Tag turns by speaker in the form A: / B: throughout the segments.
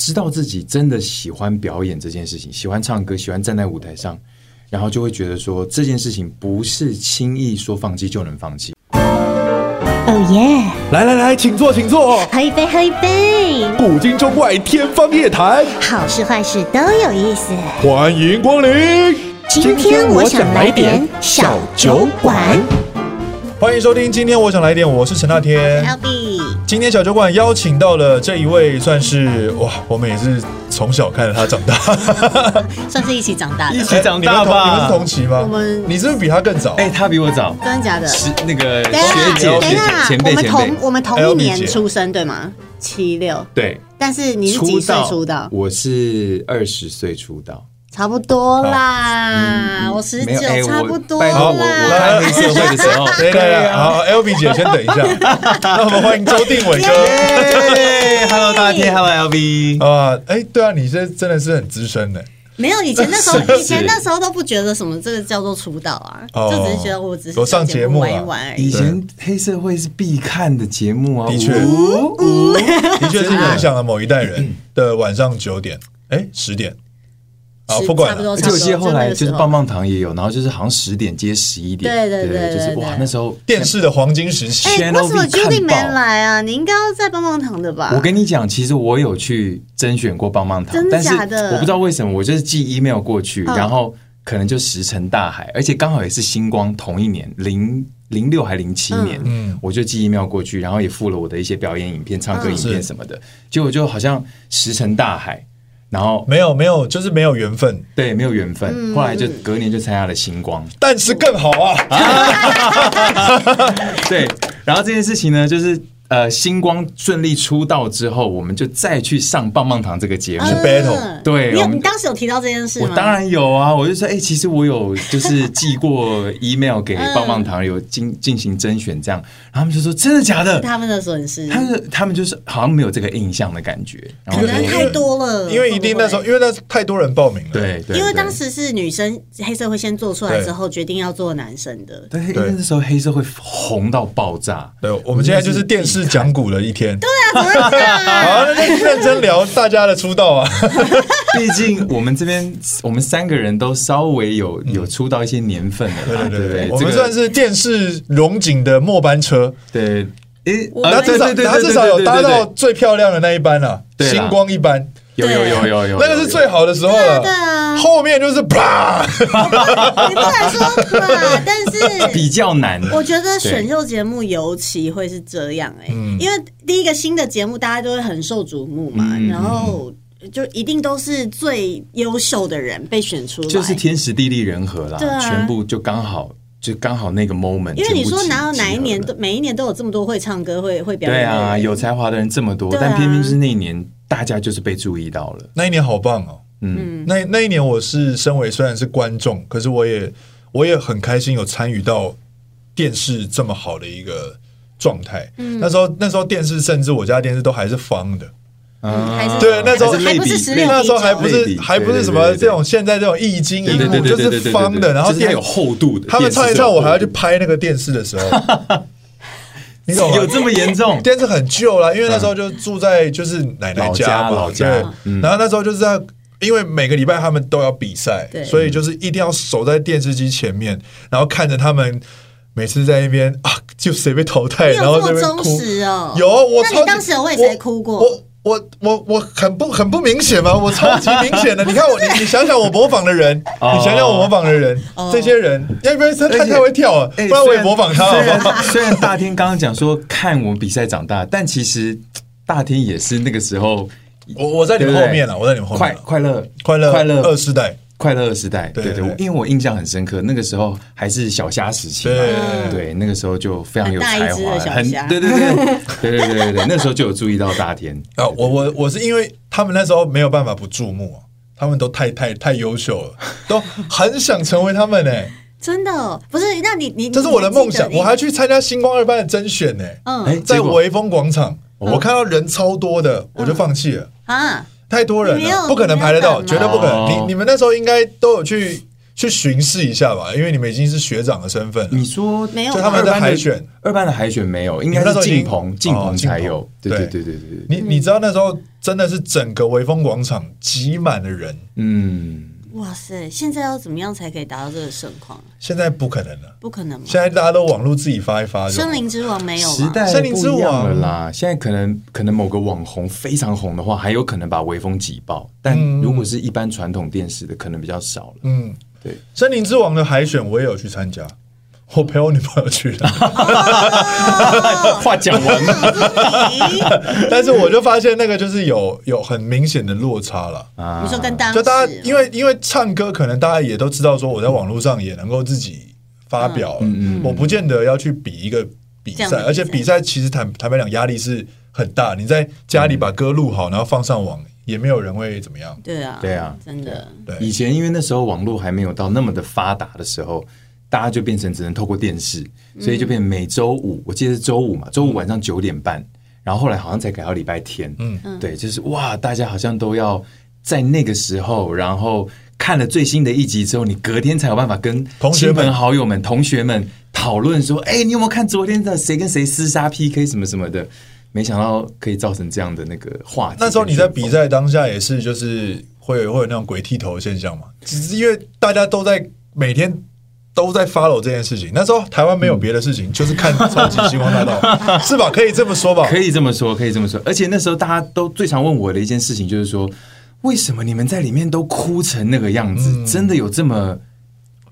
A: 知道自己真的喜欢表演这件事情，喜欢唱歌，喜欢站在舞台上，然后就会觉得说这件事情不是轻易说放弃就能放弃。
B: 哦耶！
C: 来来来，请坐，请坐。
B: 喝一杯，喝一杯，
C: 古今中外，天方夜谭，
B: 好事坏事都有意思。
C: 欢迎光临。
B: 今天我想来点小酒馆。
C: 欢迎收听，今天我想来点，我是陈大天。
B: L B，
C: 今天小酒馆邀请到了这一位，算是哇，我们也是从小看着他长大，
B: 算是一起长大的
D: 一，起长
C: 你们
D: 大
C: 同你们
D: 吧
C: 是。同期吗？
B: 我们
C: 你是不是比他更早？
A: 哎、他比我早，
B: 真的假的？
A: 是那个
B: 等一
A: 学
B: 下
A: 姐、
B: 等
A: 学
B: 一
A: 姐、
B: 下
A: 前
B: 啊我
A: 辈、前
B: 们
A: 辈
B: 同，我们同一
C: L B 姐
B: 年出生对吗？七六，
A: 对，
B: 但是你是几岁出道？
A: 我是二十岁出道，
B: 差不多啦，我十
A: 没有哎
B: 九，差不多
A: 我拜托我我
B: 啦。
A: 看黑社会的时候， 啊
C: 对对对，好，L B 姐先等一下，那我们欢迎周定伟哥。
A: 耶！Hello 大天，Hello LV，
C: 啊，哎，对啊，你这真的是很资深的，
B: 没有以前那时候
A: 是不，是
B: 以前那时候都不觉得什么这个叫做出道啊，
C: 哦
B: 就只是觉得我只是
C: 有上节目啊
B: 玩一玩而
A: 以
B: 已。
A: 前黑社会是必看的节目啊，
C: 的确
A: 呜呜
C: 的确是影响了某一代
A: 嗯
C: 人的晚上九点，哎，十点，啊，
B: 是
C: 不管
B: 差不多
C: 了，
A: 而且我记得后来就是棒
B: 棒
A: 棒糖也有，然后就是好像十点接十一点，
B: 对对对
A: 就是
B: 对对
A: 哇，那时候
C: 电。视的黄金时期
B: 哎、。
A: Channel
B: 为什么
A: V 看
B: Judy 没
A: 爆
B: 来啊？你应该要在棒棒糖的吧？
A: 我跟你讲，其实我有去甄选过棒棒糖
B: 啊真，的
A: 但是
B: 假的
A: 我不知道为什么，我就是寄 email 过去，
B: 嗯
A: 然后可能就石沉大海，而且刚好也是星光同一年，零零六还零七年，
C: 嗯
A: 我就寄 email 过去，然后也附了我的一些表演影片、唱歌
B: 嗯
A: 影片
C: 是
A: 什么的，结果就好像石沉大海，然后
C: 没有没有，就是没有缘分，
A: 对没有缘分，
B: 嗯
A: 后来就隔年就参加了星光，
C: 但是更好
A: 嗯
C: 啊！
A: 对，然后这件事情呢，就是呃，星光顺利出道之后，我们就再去上棒棒糖这个
B: 啊
A: 节目。
C: 是 battle
A: 对
B: 嗯你
A: 我
B: 有
A: 们
B: 你当时有提到这件事
A: 我
B: 吗？
A: 当然有啊，我就说，哎、其实我有就是寄过 email 给棒棒糖，有进进行甄选这样，然后他们就说真的假的？
B: 他们的损失，
A: 他们他们就是好像没有这个印象的感觉，然后
B: 可
A: 就
B: 能
C: 因为
B: 太多了，
C: 因为一定那时候，
B: 会不
C: 因为那太多人报名了，，
A: 嗯对对，
B: 会。因为
A: 对
B: 当时是女生黑社会先做出来
C: 对
B: 之后，决定要做男生的。
A: 对，因
C: 对
A: 为那时候黑社会红到爆炸，
C: 对，我们现在
A: 嗯
C: 就是电视讲古的一天。对啊，
B: 啊
C: 好，那就认真聊大家的出 道啊。
A: 毕竟我们这边我们三个人都稍微有有出到一些年份的啦，不对？
C: 我
A: 这
C: 们
A: 个
C: 算是电视荣景的末班车，
A: 对，诶，
B: 我
A: 啊
C: 他
B: 们
C: 至少
A: 对对对
C: 他
A: 对
C: 至少有搭到
A: 对对
C: 最漂亮的那一班了，
A: 对啦
C: 星光一班，
A: 对对有有有有有，
C: 那个是最好的时候
B: 对
C: 了。
B: 啊
C: 后面就是啪，
B: 你不敢说嘛，但是
A: 比较难，
B: 我觉得选秀节目尤其会是这样哎、
C: 嗯
B: 因为第一个新的节目大家都会很受瞩目嘛，
A: 嗯
B: 然后就一定都是最优秀的人被选出来，
A: 就是天时地利人和啦，
B: 对啊
A: 全部就刚好就刚好那个 moment，
B: 因为你说
A: 全部集
B: 哪有哪一
A: 集
B: 年
A: 合
B: 都
A: 了
B: 每一年都有这么多会唱歌、会会表演的
A: 对
B: 人
A: 啊，有才华的人这么多，
B: 对啊
A: 但偏偏是那一年大家就是被注意到了，
C: 那一年好棒哦。
A: 嗯，
C: 那那一年我是身为虽然是观众，可是我也我也很开心有参与到电视这么好的一个状态。那时候那时候电视甚至我家电视都还是方的，
A: 啊
B: 还是
C: 对那时候
B: 还不是十六比九
C: 那时候还不
A: 类
C: 是
A: 比
C: 还不是什
A: 对
C: 么
A: 对对对
C: 这种现在这种液晶
A: 对
C: 荧
A: 对对
C: 幕，
A: 对
C: 哦就
A: 对对
C: 是
A: 对，
C: 方的，然后
A: 就是它
C: 电
A: 有厚度的，
C: 他们唱
A: 电
C: 一
A: 视是有
C: 唱，
A: 厚
C: 我
A: 度
C: 还要去拍那个电视的时候， 你懂吗？
A: 有这么严重？
C: 电视很旧了，因为那时候就住在就是奶奶嘛，
A: 老家老
C: 对
A: 家嗯
C: 然后那时候就是在，因为每个礼拜他们都要比赛
B: 对，
C: 所以就是一定要守在电视机前面，然后看着他们每次在那边啊，就谁被淘汰，
B: 你有
C: 然后
B: 这
C: 在
B: 么
C: 那边
B: 忠
C: 哭。
B: 实哦？
C: 啊有啊我
B: 那
C: 超级，
B: 你当时有为谁哭过？
C: 我我我我很不很不明显吗？我超级明显的，你看我，你 你想想我模仿的人，
A: 哦
C: 你想想我模仿的人，
B: 哦
C: 这些人，要不然他他
A: 而且
C: 太会跳了，
A: 哎
C: 不然我也模仿他好
A: 虽
C: 不
A: 然
C: 好？
A: 虽然大天刚刚讲说看我们比赛长大，但其实大天也是那个时候，
C: 我我在你们
A: 对不对
C: 后面了，我在你们后
A: 快
C: 面了，
A: 快乐
C: 快乐
A: 快乐
C: 二世代，
A: 快乐时代，
C: 对
A: 对
C: 对
A: 对，因为我印象很深刻，那个时候还是小虾时期嘛，
C: 对
A: 对，那个时候就非常有
B: 很大
A: 才
B: 一只
A: 华，
B: 的小虾
A: 对对对对对对 对对，那时候就有注意到大田，
C: 啊，我我我是因为他们那时候没有办法不注目啊，他们都太太太优秀 了，都很想成为他们呢，
B: 真的哦不是？那你你
C: 这是我的梦想，
B: 你
C: 我还去参加星光二班的甄选呢，
A: 哎
B: 嗯
C: 在
A: 结果
C: 微风广场，我看到人超多的，我就放弃了。
B: 啊，
C: 太多人
B: 你没
C: 了，
B: 有啊
C: 不可能排得到，
B: 你
C: 绝
B: 没有
C: 对
B: 赶吗
C: 不可能。
A: 哦
C: 你你们那时候应该都有去去巡视一下吧，因为你们已经是学长的身份了
A: 你。说
B: 没有
C: 就
B: 吧，
C: 他们
A: 二班的
C: 在海选，
A: 二班的海选没有，应
C: 你们那
A: 该是
C: 时候已经
A: 进棚，进
C: 哦
A: 棚
C: 进
A: 才
C: 棚
A: 有。对对
C: 对
A: 对对对对，
C: 你你知道那时候真的是整个威风广场挤满了人，
A: 嗯，
B: 哇塞，现在要怎么样才可以达到这个盛况？
C: 现在不可能了。
B: 不可能吗？
C: 现在大家都网络自己发一发就好，
B: 森林之王没有吗
A: 时代
C: 森林
A: 不
C: 之
A: 一样了
C: 王
A: 啦。现在可能可能某个网红非常红的话，还有可能把微风挤爆，但
C: 嗯
A: 如果是一般传统电视的，可能比较少了。
C: 嗯，
A: 对，
C: 森林之王的海选我也有去参加，我陪我女朋友去 的，
B: 哦
A: 话讲完了
C: 但是我就发现那个就是有有很明显的落差了。
A: 啊
B: 你说跟当时
C: 就大家因为因为唱歌，可能大家也都知道，说我在网络上也能够自己发表，
A: 嗯嗯
C: 我不见得要去比一个比
B: 这样
C: 赛，
B: 的比赛
C: 而且比赛其实坦坦白讲压力是很大。你在家里把歌录好，然后放上网，也没有人会怎么样。
B: 对啊，
A: 对啊
B: 真的
C: 对，
A: 以前因为那时候网络还没有到那么的发达的时候，大家就变成只能透过电视，
C: 嗯
A: 所以就变每周五，我记得是周五嘛，周五晚上九点半，然后后来好像才改到礼拜天。
C: 嗯
A: 嗯，对，就是哇，大家好像都要在那个时候，然后看了最新的一集之后，你隔天才有办法跟
C: 同学们
A: 亲朋好友们、同学们讨论说，哎、你有没有看昨天的谁跟谁厮杀 PK 什么什么的？没想到可以造成这样的那个话题。
C: 那时候你在比赛当下也是，就是会有会有那种鬼剃头的现象嘛，只是因为大家都在每天。都在 follow 这件事情。那时候台湾没有别的事情，就是看《超级星光大道》， 是吧？可以这么说
B: 哦
C: 吧？
A: 可以这么说，可以这么说。而且那时候大家都最常问我的一件事情就是说，为什么你们在里面都哭成那个样子？
B: 嗯
A: 真的有这么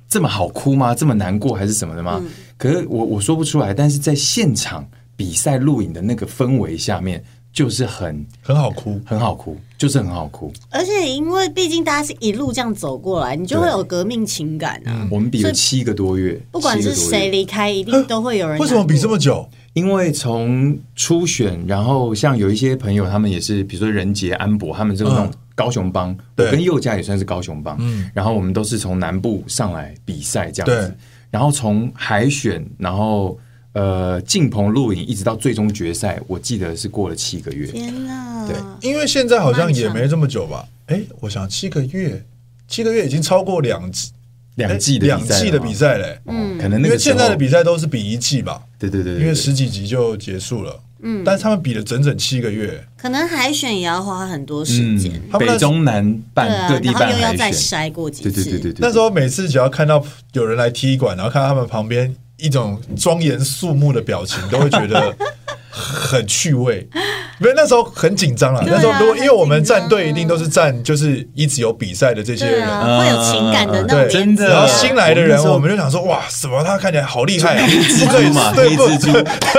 A: 这么好哭吗？这么难过还是什么的
B: 嗯
A: 吗？可是我我说不出来，但是在现场比赛录影的那个氛围下面，就是很
C: 很好哭。
A: 很好哭，就是很好哭。
B: 而且因为毕竟大家是一路这样走过来，你就会有革命情感啊。
A: 我们比了七个多月，
B: 不管是
A: 七个多月
B: 谁离开，一定都会有人。 啊
C: 为什么比这么？久？
A: 因为从初选，然后像有一些朋友，他们也是，比如说任杰、安博，他们这种
C: 嗯
A: 高雄帮，
C: 对
A: 我跟佑嘉也算是高雄帮，
C: 嗯
A: 然后我们都是从南部上来比赛这样
C: 对
A: 子，然后从海选，然后呃进棚录影，一直到最终决赛，我记得是过了七个月，
B: 天哪！
A: 对
C: 因为现在好像也没这么久吧？哎，我想七个月，七个月已经超过两季
A: 两季
C: 诶
A: 的
C: 哎两
A: 比赛了
C: 季的比赛嘞。
A: 嘛，嗯，可能那
C: 因为
A: 个时
C: 现
A: 候
C: 在的比赛都是比一季吧，
A: 对对对，对
C: 因为
A: 对
C: 十几集就结束了。嗯，但是他们比了整整七个月，
B: 可能海选也要花很多时间，
A: 嗯
C: 他，们那
A: 北中南
B: 对
A: 办
B: 啊，
A: 各地
B: 然后
A: 办
B: 又要再
A: 海选，
B: 筛过几
A: 对
B: 次，
A: 对对对对，对
C: 那时候每次只要看到有人来踢馆，然后看到他们旁边一种庄严肃穆的表情，都会觉得很趣味。因为那时候很紧张了，
B: 对啊
C: 那时候如果因为我们
B: 很紧张
C: 战队一定都是站就是一直有比赛的这些
B: 对
C: 人，
B: 啊，
A: 嗯
B: 会有情感的那种
C: 对
B: 连接
A: 真的
C: 然
B: 啊
C: 后新来的
A: 我们那
C: 人，
A: 时候
C: 我们就想说，哇，什么他看起来好厉害啊，
A: 蜘蛛嘛，黑
C: 对
A: 蜘蛛，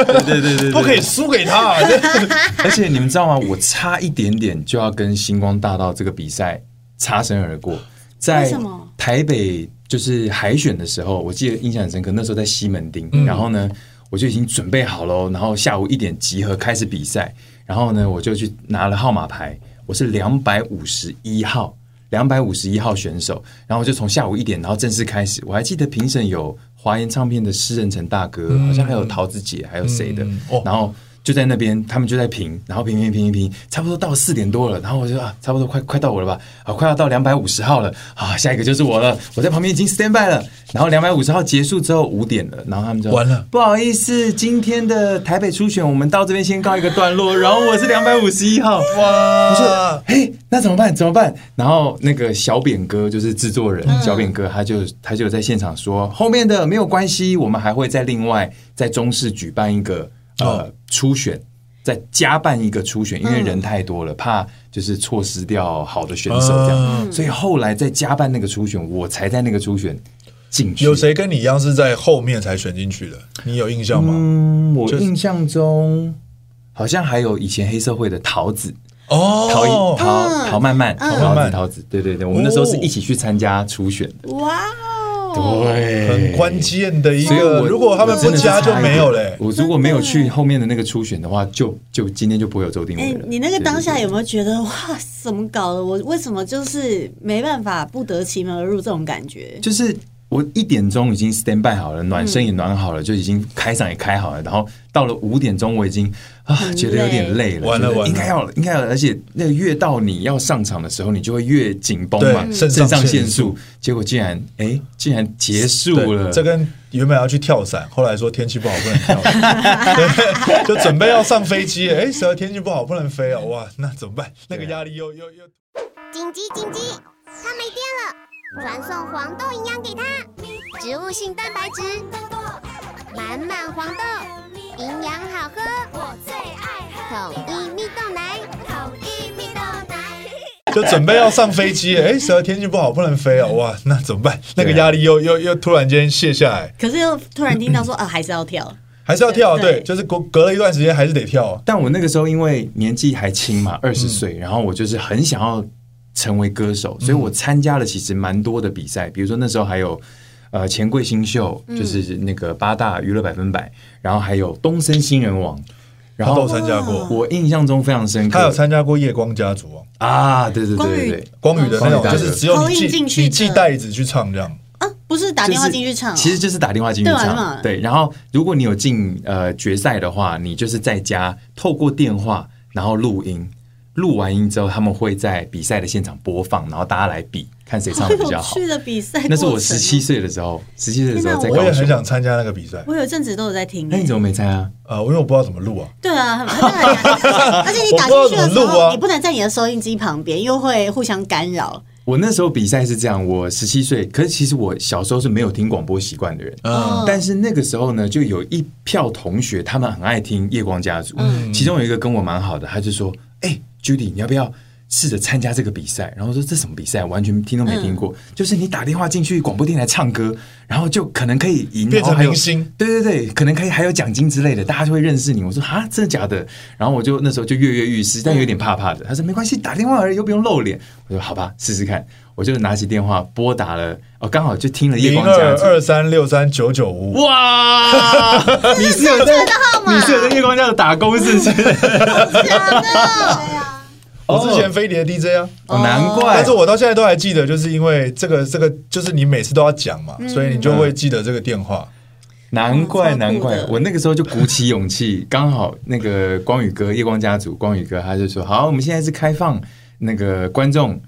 A: 对对对对对，
C: 不可以输给他啊。
A: 而且你们知道吗？我差一点点就要跟星光大道这个比赛擦身而过，
B: 为
A: 在
B: 什么
A: 台北就是海选的时候，我记得印象很深刻。那时候在西门町，然后呢，我就已经准备好喽，然后下午一点集合开始比赛，然后呢，我就去拿了号码牌，我是两百五十一号。两百五十一号选手，然后我就从下午一点，然后正式开始。我还记得评审有华研唱片的施仁成大哥，好像还有桃子姐，还有谁的。
C: 嗯哦
A: 然后就在那边，他们就在评，然后评评评评评，差不多到四点多了，然后我就啊，差不多快快到我了吧，啊，快要到两百五十号了，啊，下一个就是我了，我在旁边已经 stand by 了。然后两百五十号结束之后五点了，然后他们就
C: 完了，
A: 不好意思，今天的台北初选我们到这边先告一个段落，然后我是两百五十一号。我
C: 哇
A: 说，，嘿，那怎么办？怎么办？然后那个小扁哥就是制作人，小扁哥他就他就在现场说，后面的没有关系，我们还会再另外在中视举办一个呃
C: 哦
A: 初选，再加办一个初选，因为人太多了，怕就是错失掉好的选手这
C: 啊
A: 样，所以后来再加办那个初选，我才在那个初选进去。
C: 有谁跟你一样是在后面才选进去的？你有印象吗？
A: 嗯，我
C: 就是
A: 印象中好像还有以前黑社会的桃子。
C: 哦，
A: 陶一陶陶曼曼，
B: 嗯
A: 陶
C: 慢
A: 子
C: 慢
A: 陶子，对对对，我们那时候是一起去参加初选的，
B: 哇哦，
A: 对
C: 很关。键的一
A: 所以
C: 个，
A: 我
C: 如果他们不加就没有嘞。
A: 我如果没有去后面的那个初选的话，就就今天就不会有周定
B: 哎、
A: 伟了。
B: 你那个当下
A: 对
B: 有没有觉得哇，怎么搞的？我为什么就是没办法不得其门而入这种感觉？
A: 对对就是我一点钟已经 stand by
B: 嗯
A: 好了，暖身也暖好了，就已经开场也开好了，然后到了五点钟我已经啊
B: 很
A: 觉得有点累
B: 累
A: 了，
C: 完了
A: 觉得
C: 完了
A: 应该要了应该要了，而且那个越到你要上场的时候，你就会越紧绷嘛，
C: 对
A: 肾
C: 肾
A: 上
C: 上
A: 腺
C: 腺
A: 素
C: 素，
A: 结果竟然哎竟然结束
C: 对
A: 了，
C: 这跟原本要去跳伞，后来说天气不好不能 跳伞，对 就准备要上飞机了，哎，实在天气不好不能飞哦，哇，那怎么办？那个
A: 对啊
C: 压力又又又。
D: 紧急紧急，它没电了，传送黄豆营养给它，植物性蛋白质，满满黄豆，营养好喝，我最爱喝统一蜜豆奶，统一蜜豆奶。
C: 就准备要上飞机了，哎，实在天气不好不能飞哦，哇，那怎么办？那个压力又又又突然间卸下来，
B: 可是又突然听到说，呃，还是要跳，
C: 还是要跳，啊
B: 对
C: 对，就是隔隔了一段时间还是得跳，啊
A: 但我那个时候因为年纪还轻
C: 嗯
A: 嘛，二十岁，然后我就是很想要成为歌手，
C: 嗯
A: 所以我参加了其实蛮多的比赛，比如说那时候还有呃钱柜新秀，
C: 嗯
A: 就是那个八大娱乐百分百，然后还有东森新人王，然
C: 他
A: 后
C: 都有参加过，
A: 我印象中非常深刻，
C: 他有参加过夜光家族哦，
A: 啊，对对对对对。
C: 光宇的那
A: 光
C: 种，
A: 宇大哥
C: 就是只有你
B: Call in 进
C: 寄
B: 去
C: 你
B: 的
C: 寄袋子去唱这样，
B: 啊，不是打电话进去唱哦，
A: 其实就是打电话进去
B: 对啊
A: 唱
B: 嘛。
A: 对，然后如果你有进呃决赛的话，你就是在家透过电话，然后录音，录完音之后，他们会在比赛的现场播放，然后大家来比，看谁唱
B: 好
A: 的比较
B: 有
A: 好。
B: 趣的比赛，
A: 那是我十七，岁的时候，十七岁的时候在
B: 天哪
C: 我也
A: 高
C: 很
A: 雄。
C: 想参加那个比赛，
B: 我有一阵子都有在听
A: 那。你怎么没啊参加？
C: 呃，因为我不知道怎么录啊，
B: 对啊，很很很而且你打进去的时
C: 我不知道怎么录
B: 候，
C: 啊
B: 你不能在你的收音机旁边，又会互相干扰。
A: 我那时候比赛是这样，我十七岁，可是其实我小时候是没有听广播习惯的人，
B: 嗯
A: 但是那个时候呢，就有一票同学，他们很爱听《夜光家族》其中有一个跟我蛮好的，他就说：“哎、j u d y 你要不要试着参加这个比赛？”然后我说：“这什么比赛？完全听都没听过。就是你打电话进去广播电台唱歌，然后就可能可以赢，
C: 变
A: 然
C: 成
A: 后还有
C: 明星。
A: 对对对，可能可以还有奖金之类的，大家就会认识你。”我说：“哈，真的假的？”然后我就那时候就跃跃欲试，但有点怕怕的。他说：“没关系，打电话而已，又不用露脸。”我说：“好吧，试试看。”我就拿起电话拨打了，哦，刚好就听了《夜
C: 零
A: 光
C: 二
A: 家族》。
C: 二三六三九九五，
A: 哇！你是有在，你是有在月光家的打工是不 是？
C: 我之前飞碟 DJ 啊，
A: 哦，难怪
C: 但是。我到现在都还记得，就是因为这个这个，就是你每次都要讲
A: 嗯
C: 嘛，所以你就会记得这个电话。
A: 难怪，
B: 嗯超酷的
A: 难怪！我那个时候就鼓起勇 气，刚好那个光宇哥、夜光家族光宇哥，他就说：“好，我们现在是开放那个观众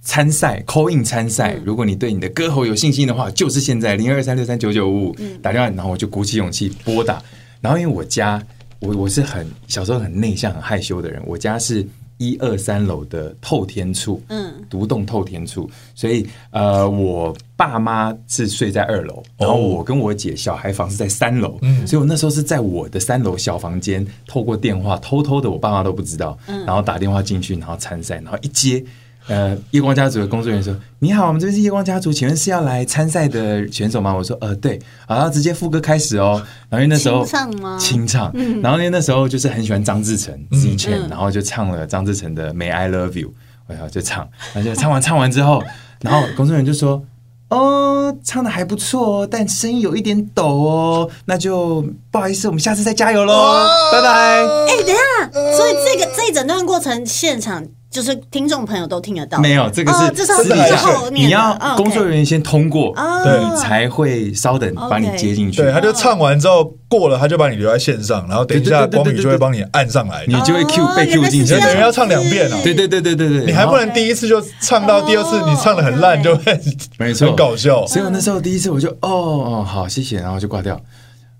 A: 参赛、扣印参赛。
B: 嗯
A: 如果你对你的歌喉有信心的话，就是现在零二三六三九九五五
B: 嗯
A: 打电话。”然后我就鼓起勇气拨打。然后因为我家，我我是很小时候很内向、很害羞的人，我家是一二三楼的透天处，
B: 嗯，
A: 独栋透天处，所以呃，我爸妈是睡在二楼，然后我跟我姐小孩房是在三楼，
C: 嗯
A: 所以我那时候是在我的三楼小房间，透过电话偷偷的，我爸妈都不知道，
B: 嗯
A: 然后打电话进去，然后参赛，然后一接。呃，夜光家族的工作人员说：“你好，我们这边是夜光家族，请问是要来参赛的选手吗？”我说：“呃，对。”好，然后直接副歌开始哦。然后因为那时候
B: 清唱吗
A: 清唱。然后因为那时候就是很喜欢张志成 Z 前，
B: 嗯
A: 然后就唱了张志成的《May I Love You》，然后就唱，然后就唱完唱完之后， 然后工作人员就说：“哦，唱的还不错哦，但声音有一点抖哦，那就不好意思，我们下次再加油
B: 哦
A: 喽，拜拜。
B: 哎，等一下，所以这个这一整段过程，现场就是听众朋友都听得”到，
A: 没有，这个
B: 哦
A: 是
B: 这是
A: 私底
C: 这是
A: 下
C: 后，
B: 面的
A: 你要
B: 哦，OK
A: 工作人员先通过，
B: 哦
A: 你才会稍等把你
B: OK
A: 接进去
C: 对，，他就唱完之后过了，他就把你留在线上，然后等一
A: 对
C: 下
A: 对对对
C: 光宇就
A: 对对
C: 会
A: 对
C: 帮你按上来。
A: 你就会
B: 哦
A: Q 被 Q 进去
C: 原来是这。样要唱两遍啊
A: 对对对对对对，
C: 你还
A: 然后
C: 不能第一次就唱到第二次，
B: 哦
C: 你唱的很烂就会
A: 没错
C: 很搞笑。
A: 所以我那时候第一次我就哦哦好谢谢，然后就挂掉，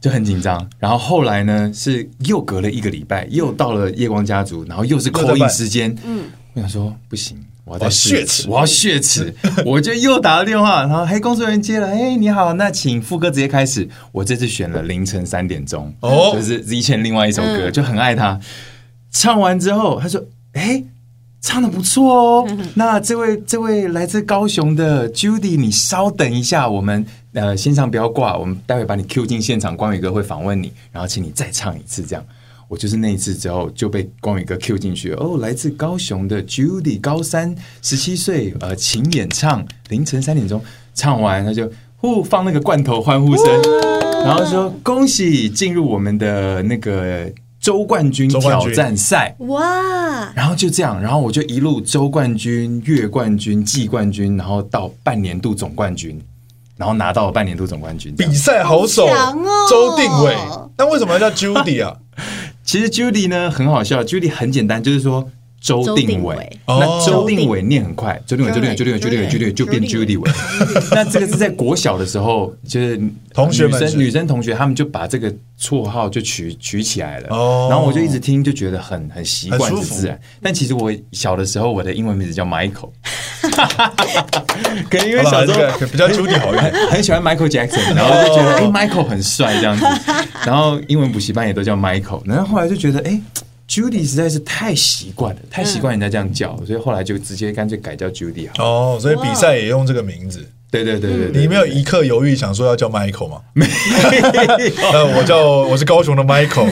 A: 就很紧张。然后后来呢是又隔了一个礼拜，又到了夜光家族，然后又是
C: 又在
A: 扣印
C: 办
A: 时间，嗯，我想说不行。我要再
C: 我
A: 试一
C: 血
A: 次
C: 耻
A: 我要血耻，我就又打了电话，然后嘿，工作人员接了，哎，你好，那请副歌直接开始。我这次选了凌晨三点钟，
C: 哦
A: 就是 Z 倩另外一首歌，就很爱他。唱完之后，他说：“哎，唱的不错哦。那这位这位来自高雄的 Judy，你稍等一下，我们呃线上不要挂，我们待会把你 Q 进现场，光宇哥会访问你，然后请你再唱一次这样。”我就是那一次之后就被光宇哥 Q 进去了哦，来自高雄的 Judy，高三，十七岁，呃，请演唱，凌晨三点钟唱完，他就呼放那个罐头欢呼声，然后说恭喜进入我们的那个周冠军
C: 周冠
A: 挑
C: 军
A: 战赛，
B: 哇，
A: 然后就这样，然后我就一路周冠军、月冠军、季冠军，然后到半年度总冠军，然后拿到了半年度总冠军这样。
C: 比赛好手
B: 好强哦
C: 周定伟，那为什么要叫 Judy 啊？
A: 其实 Judy 呢很好笑，Judy 很简单，就是说周定
B: 周定伟
A: 伟。
C: 哦
A: 那周定伟念很快，周定伟、周定伟、周定伟、周定伟、周定伟就变 Judy 伟。那这个是在国小的时候，就是
C: 同学
A: 女
C: 们是
A: 生女生同学，他们就把这个绰号就取取起来了。
C: 哦
A: 然后我就一直听，就觉得很很习
C: 很
A: 惯，
C: 舒
A: 是
C: 服
A: 自然。但其实我小的时候，我的英文名字叫 Michael，可 能因为
C: 好
A: 小
C: 吧
A: 时
C: 这
A: 候
C: 个比较 Judy 好 一点。
A: 很喜欢 Michael Jackson，然后
C: 哦
A: 就觉得哎、诶 Michael 很帅这样子， 然后英文补习班也都叫 Michael，然后后来就觉得哎、诶 Judy 实在是太习惯了，太习惯人家这样叫，所以后来就直接干脆改叫 Judy 好。
C: 哦，所以比赛也用这个名字。
A: 对对对对对，
C: 你没有一刻犹豫想说要叫 Michael 吗？没，
A: 哦
C: 呃，我叫 我是高雄 的 Michael，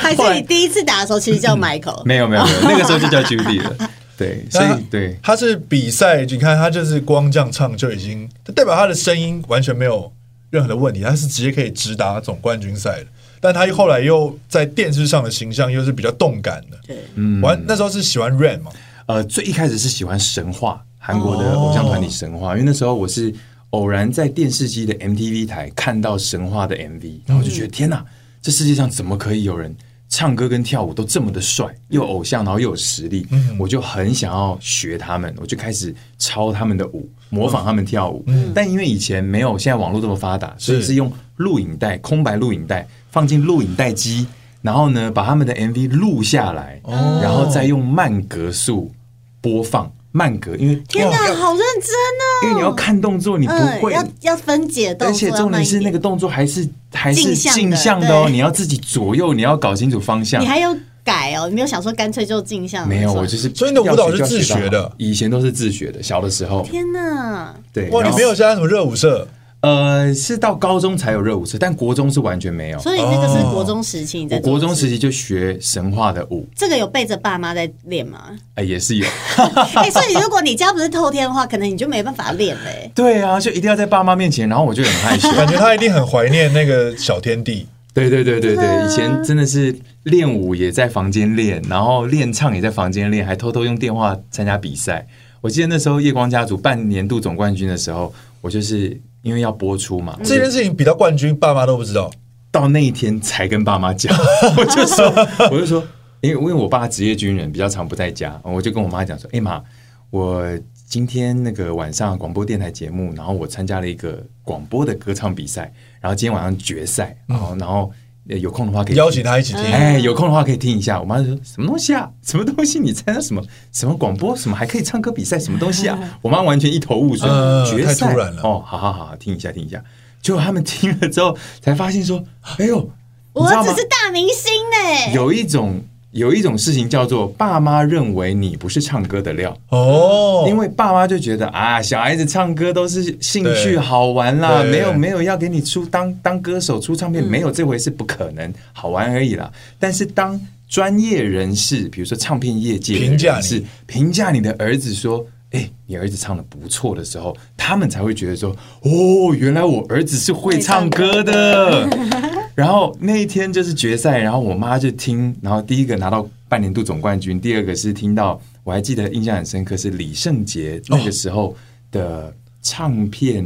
B: 还是你第一次打的时候其实叫 Michael？
A: 嗯没有没有没有，那个时候就叫 Judy 了。对，所以对
C: 他是比赛，你看他就是光这样唱就已经，代表他的声音完全没有任何的问题，他是直接可以直达总冠军赛的。但他后来又在电视上的形象又是比较动感的，
B: 对，
C: 完那时候是喜欢 Rain 嘛，
A: 呃，最一开始是喜欢神话，韩国的偶像团体神话，因为那时候我是偶然在电视机的 MTV 台看到神话的 MV，然后我就觉得天哪，这世界上怎么可以有人唱歌跟跳舞都这么的帅，又有偶像，然后又有实力？我就很想要学他们，我就开始抄他们的舞，模仿他们跳舞。但因为以前没有现在网络这么发达，所以
C: 是
A: 是用录影带、空白录影带放进录影带机。然后呢，把他们的 MV 录下来，然后再用慢格数播放慢格，因为
B: 天
A: 哇
B: 哪，好认真哦！
A: 因为你要看动作，你不
B: 嗯，
A: 会，
B: 要要分解动
A: 而
B: 作，
A: 且
B: 要
A: 重
B: 慢
A: 点
B: 一
A: 是那
B: 点
A: 个动作还是还是
B: 镜像的
A: 镜像的哦，
B: 对
A: 你要自己左右，你要搞清楚方向
B: 你。还有改哦，你没有想说干脆就镜像了
A: 没有，
B: 是吧
A: 我就是
C: 所以你的舞
A: 要
C: 蹈
A: 学就要
C: 是自
A: 到
C: 学的
A: 好以前都是自学的，小的时候
B: 天哪，
A: 对，
C: 哇，
A: 然
C: 你
A: 后
C: 没有参加什么热舞社，
A: 呃，是到高中才有热舞社，但国中是完全没有。
B: 所以那个是国中时期你在
A: 哦我
B: 做
A: 国中
B: 的
A: 时
B: 事
A: 期就学神话的舞，
B: 这个有背着爸妈在练吗？
A: 哎，也是有。
B: 哎、所以如果你家不是透天的话，可能你就没办法练嘞、
A: 对啊，就一定要在爸妈面前，然后我就很害 羞。
C: 感觉他一定很怀念那个小天地。
A: 对对对对
B: 真的啊
A: 对，以前真的是练舞也在房间练，然后练唱也在房间练，还偷偷用电话参加比赛。我记得那时候夜光家族半年度总冠军的时候，我就是因为要播出嘛，我
C: 这
A: 就
C: 件事情比到冠军，爸妈都不知道。
A: 到那一天才跟爸妈讲，我就说，我就说，因为因为我爸职业军人，比较常不在家，我就跟我妈讲说，哎、妈，我今天那个晚上广播电台节目，然后我参加了一个广播的歌唱比赛，然后今天晚上决赛，然后然后呃有空的话可以
C: 邀请他一起听。
A: 哎，有空的话可以听一下。我妈就说什么东西啊，什么东西？你参加什么什么广播？什么还可以唱歌比赛？什么东西啊？我妈完全一头雾水
C: 嗯。
A: 决赛
C: 太突然了
A: 哦，好好好，听一下听一下。结果他们听了之后，才发现说，哎呦，你
B: 我
A: 知道吗
B: 只？是大明星呢、
A: 有一种有一种事情叫做爸妈认为你不是唱歌的料。
C: 哦，
A: 因为爸妈就觉得啊，小孩子唱歌都是兴
C: 对
A: 趣好玩啦，
C: 对嗯
A: 没有没有要给你出当当歌手出唱片，没有这回事，不可能，好玩而已啦。但是当专业人士，比如说唱片业界的
C: 评价
A: 人士
C: 你
A: 评价你的儿子说。哎，你儿子唱的不错的时候，他们才会觉得说，哦，原来我儿子是会唱歌的。然后那一天就是决赛，然后我妈就听，然后第一个拿到半年度总冠军，第二个是听到，我还记得印象很深刻是李圣杰那个时候的唱片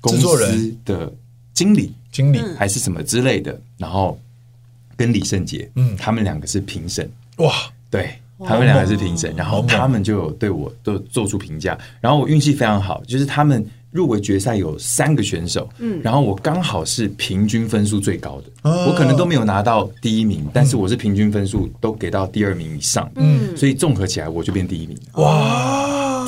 A: 公
C: 制作
A: 司
C: 人
A: 的经理
C: 经理，
A: 还是什么之类的，然后跟李圣杰，
C: 嗯
A: 他们两个是评审，
C: 哇，
A: 对
C: 哦
A: 他们两个是评审，然后
C: 猛
A: 他们就有对我都做出评价，然后我运气非常好，就是他们入围决赛有三个选手，嗯，然后我刚好是平均分数最高的，
C: 哦嗯
A: 我可能都没有拿到第一名，但是我是平均分数都给到第二名以上，嗯，所以综合起来我就变第一名了，
C: 哇，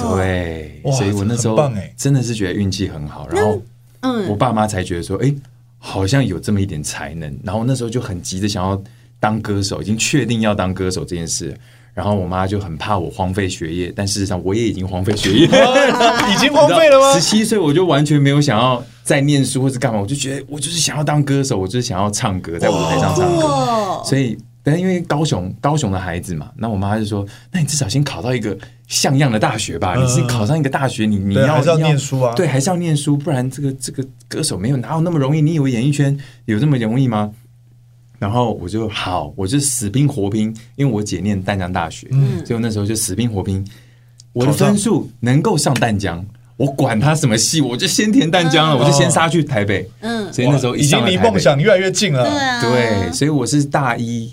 A: 哦对，
C: 哦哇
A: 所以我那时
C: 这
A: 候
C: 很棒哎
A: 真的是觉得运气很好，然后我
B: 嗯，
A: 爸妈才觉得说，哎、好像有这么一点才能。然后那时候就很急着想要当歌手，已经确定要当歌手这件事。然后我妈就很怕我荒废学业，但事实上我也已经荒废学业，
C: 已经 荒废了吗
A: 十？七岁我就完全没有想要再念书或是干嘛，我就觉得我就是想要当歌手，我就是想要唱歌，在舞台上
B: 酷
A: 唱歌。
B: 哦，
A: 所以，但因为高雄高雄的孩子嘛，那我妈就说，那你至少先考到一个像样的大学吧。
C: 嗯
A: 你是考上一个大学，你你
C: 对
A: 要
C: 还是要
A: 你
C: 念书啊
A: 对，还是要念书，不然这个这个歌手没有哪有那么容易？你以为演艺圈有这么容易吗？然后我就好，我就死拼活拼，因为我姐
C: 嗯
A: 念淡江大学，所以我那时候就死拼活拼，我的
C: 考上
A: 分数能够上淡江，我管他什么戏，我就先填淡江了，
B: 嗯
A: 我就先杀去台北。
B: 嗯，
A: 所以那时候
C: 哇
A: 一
C: 已
A: 上
C: 经
A: 来
C: 离
A: 台北
C: 梦想越来越近
B: 对
C: 了。
B: 啊，
A: 对，所以我是大一、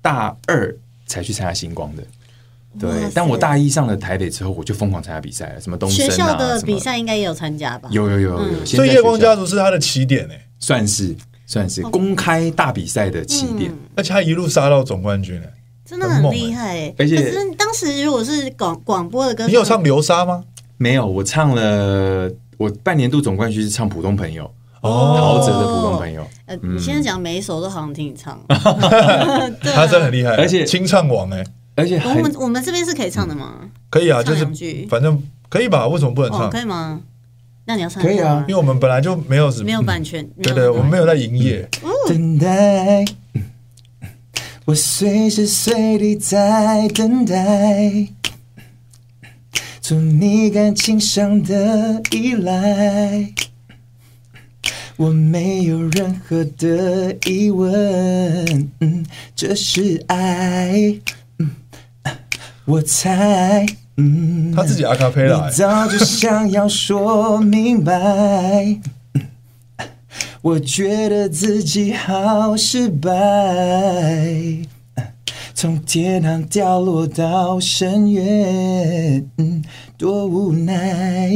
A: 大二才去参加星光的。
B: 哇
A: 对
B: 塞，
A: 但我大一上了台北之后，我就疯狂参加比赛了，什么东升
B: 学
A: 啊，
B: 校的
A: 什么
B: 比赛应该也有参加吧？
A: 有有有有有，
B: 嗯
A: 现
C: 所以
A: 在
C: 夜光
A: 学校
C: 家族是他的起点欸诶、
A: 算是算是公开大比赛的起点。
B: 哦嗯
C: 而且他一路杀到总冠军诶、欸
B: 真的
C: 很
B: 很
C: 猛
B: 厉害哎！
A: 欸而且
B: 可是当时如果是广广播的歌手，
C: 你有唱流沙吗？
A: 没有，我唱了，我半年度总冠军是唱《普通朋友》，
C: 哦
A: 陶喆的《普通朋友》，
B: 呃，你现在讲每一首都好像听你 唱，对啊
C: 他真的很厉害，欸
A: 而且
C: 清唱王哎、
A: 而且
B: 哦我
A: 很
B: 们我们这边是可以唱的吗？
C: 可以啊，
B: 唱
C: 就是
B: 两句
C: 反正可以吧？为什么不能唱？
B: 哦，可以吗？那你要唱
A: 可以啊
B: 吗
C: 因为我们本来就没有什么
B: 没有嗯版权，
C: 对
B: 没
C: 对，
B: 有
C: 我们没有在营业，
A: 等待，我随时随地在等待，做你感情上的依赖。我没有任何的疑问，嗯，这是爱，嗯，我猜，嗯，
C: 他自己阿卡贝拉
A: 你
C: 欸，
A: 早就想要说明白，我觉得自己好失败，从天堂掉落到深渊，嗯多无奈。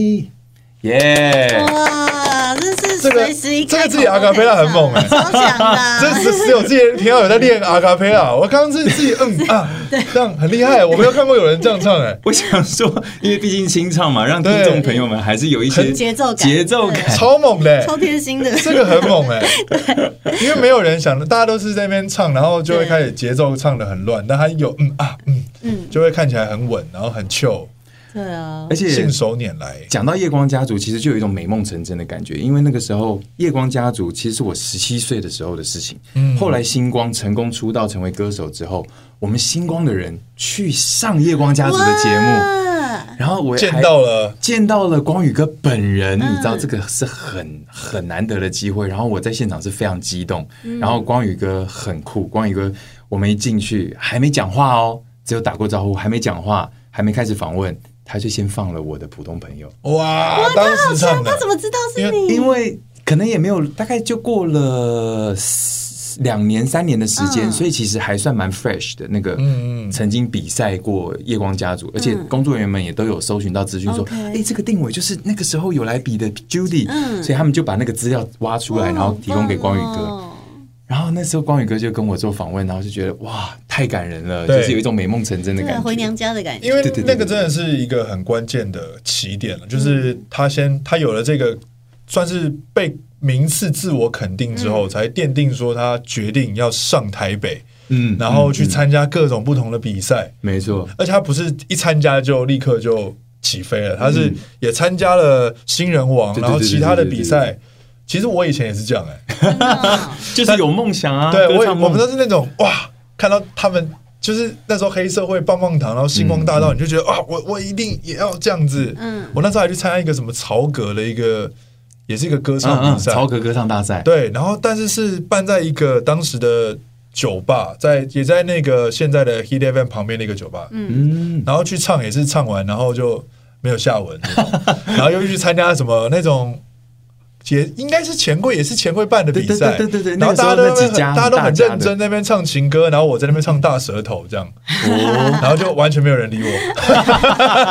A: 耶！
B: 哇，这是
C: 这个
B: 随时一
C: 这个
B: 开
C: 自己
B: 口都可以
C: acapella 很
B: 唱
C: 猛欸
B: 啊超强的啊，
C: 这只只有自己平常有在练阿卡贝拉，我刚刚是自己嗯 啊，这样很厉害，我没有看过有人这样唱哎，
A: 我想说，因为毕竟清唱嘛，让听众朋友们还是有一些
B: 很节奏感
A: 节奏感。
C: 超猛欸嘞，
B: 超贴心的，
C: 这个很猛哎、因为没有人想，大家都是在那边唱，然后就会开始节奏唱的很乱，但他有嗯啊嗯，
B: 嗯，
C: 就会看起来很稳，然后很 chill，
B: 对啊
A: 而，且
C: 信手拈来。
A: 讲到夜光家族，其实就有一种美梦成真的感觉，因为那个时候夜光家族其实是我十七岁的时候的事情。后来星光成功出道成为歌手之后，我们星光的人去上夜光家族的节目，
B: 哇，
A: 然后我还
C: 见到了，
A: 见到了光宇哥本人，
B: 嗯
A: 你知道这个是很很难得的机会。然后我在现场是非常激动，然后光宇哥很酷，光宇哥我们一进去还没讲话哦，只有打过招呼，还没讲话，还没开始访问，他就先放了我的普通朋友。
C: 哇，当时唱的
B: 他怎么知道是
C: 因
B: 你？
A: 因为可能也没有，大概就过了四两年三年的时间，
B: 嗯
A: 所以其实还算蛮 fresh 的那个。
C: 嗯嗯
A: 曾经比赛过《夜光家族》，而且工作人员们也都有搜寻到资讯，说：“
B: 嗯 OK
A: 哎、这个定位就是那个时候有来比的 Judy。
B: 嗯
A: 所以他们就把那个资料挖出来，然后提供给光宇
B: 好棒
A: 哥。
B: 哦
A: 然后那时候光宇哥就跟我做访问，然后就觉得哇，太感人了，
C: 对
A: 就是有一种美梦成真的
B: 对
A: 感
B: 啊，
A: 觉。
B: 回娘家的感觉，
C: 因为
A: 对对对
C: 那个真的是一个很关键的起点了，就是他先他有了这个，算是被名次自我肯定之后，才奠定说他决定要上台北，
A: 嗯
C: 然后去
A: 嗯
C: 参加各种不同的比赛。
A: 嗯没错，
C: 而且他不是一参加就立刻就起飞了，他是也参加了新人王，
A: 嗯对对
C: 然后其他的比
A: 对对
C: 赛。其实我以前也是这样哎、
B: 真的哦
A: 就是有梦想啊，
C: 对
A: 歌
C: 我也
A: 唱
C: 我
A: 梦
C: 们都是那种哇，看到他们就是那时候黑社会棒棒糖，然后星光大
A: 嗯
C: 道，你就觉得啊，我我一定也要这样子。
B: 嗯
C: 我那时候还去参加一个什么曹格的一个，也是一个歌
A: 嗯
C: 唱比赛，
A: 曹格歌唱大赛，
C: 对，然后但是是办在一个当时的酒吧，在也在那个现在的 Heat Event 旁边的一个酒吧，
A: 嗯，
C: 然后去唱也是唱完，然后就没有下文， 然后又去参加什么那种。也应该是钱柜，也是钱柜办的比赛，
A: 对对对对对
C: 然后大家
A: 那个时候
C: 都
A: 那
C: 很
A: 几家
C: 大家都很
A: 很大家的
C: 认真在那边唱情歌，然后我在那边唱大舌头这样，
A: 哦，
C: 然后就完全没有人理 我。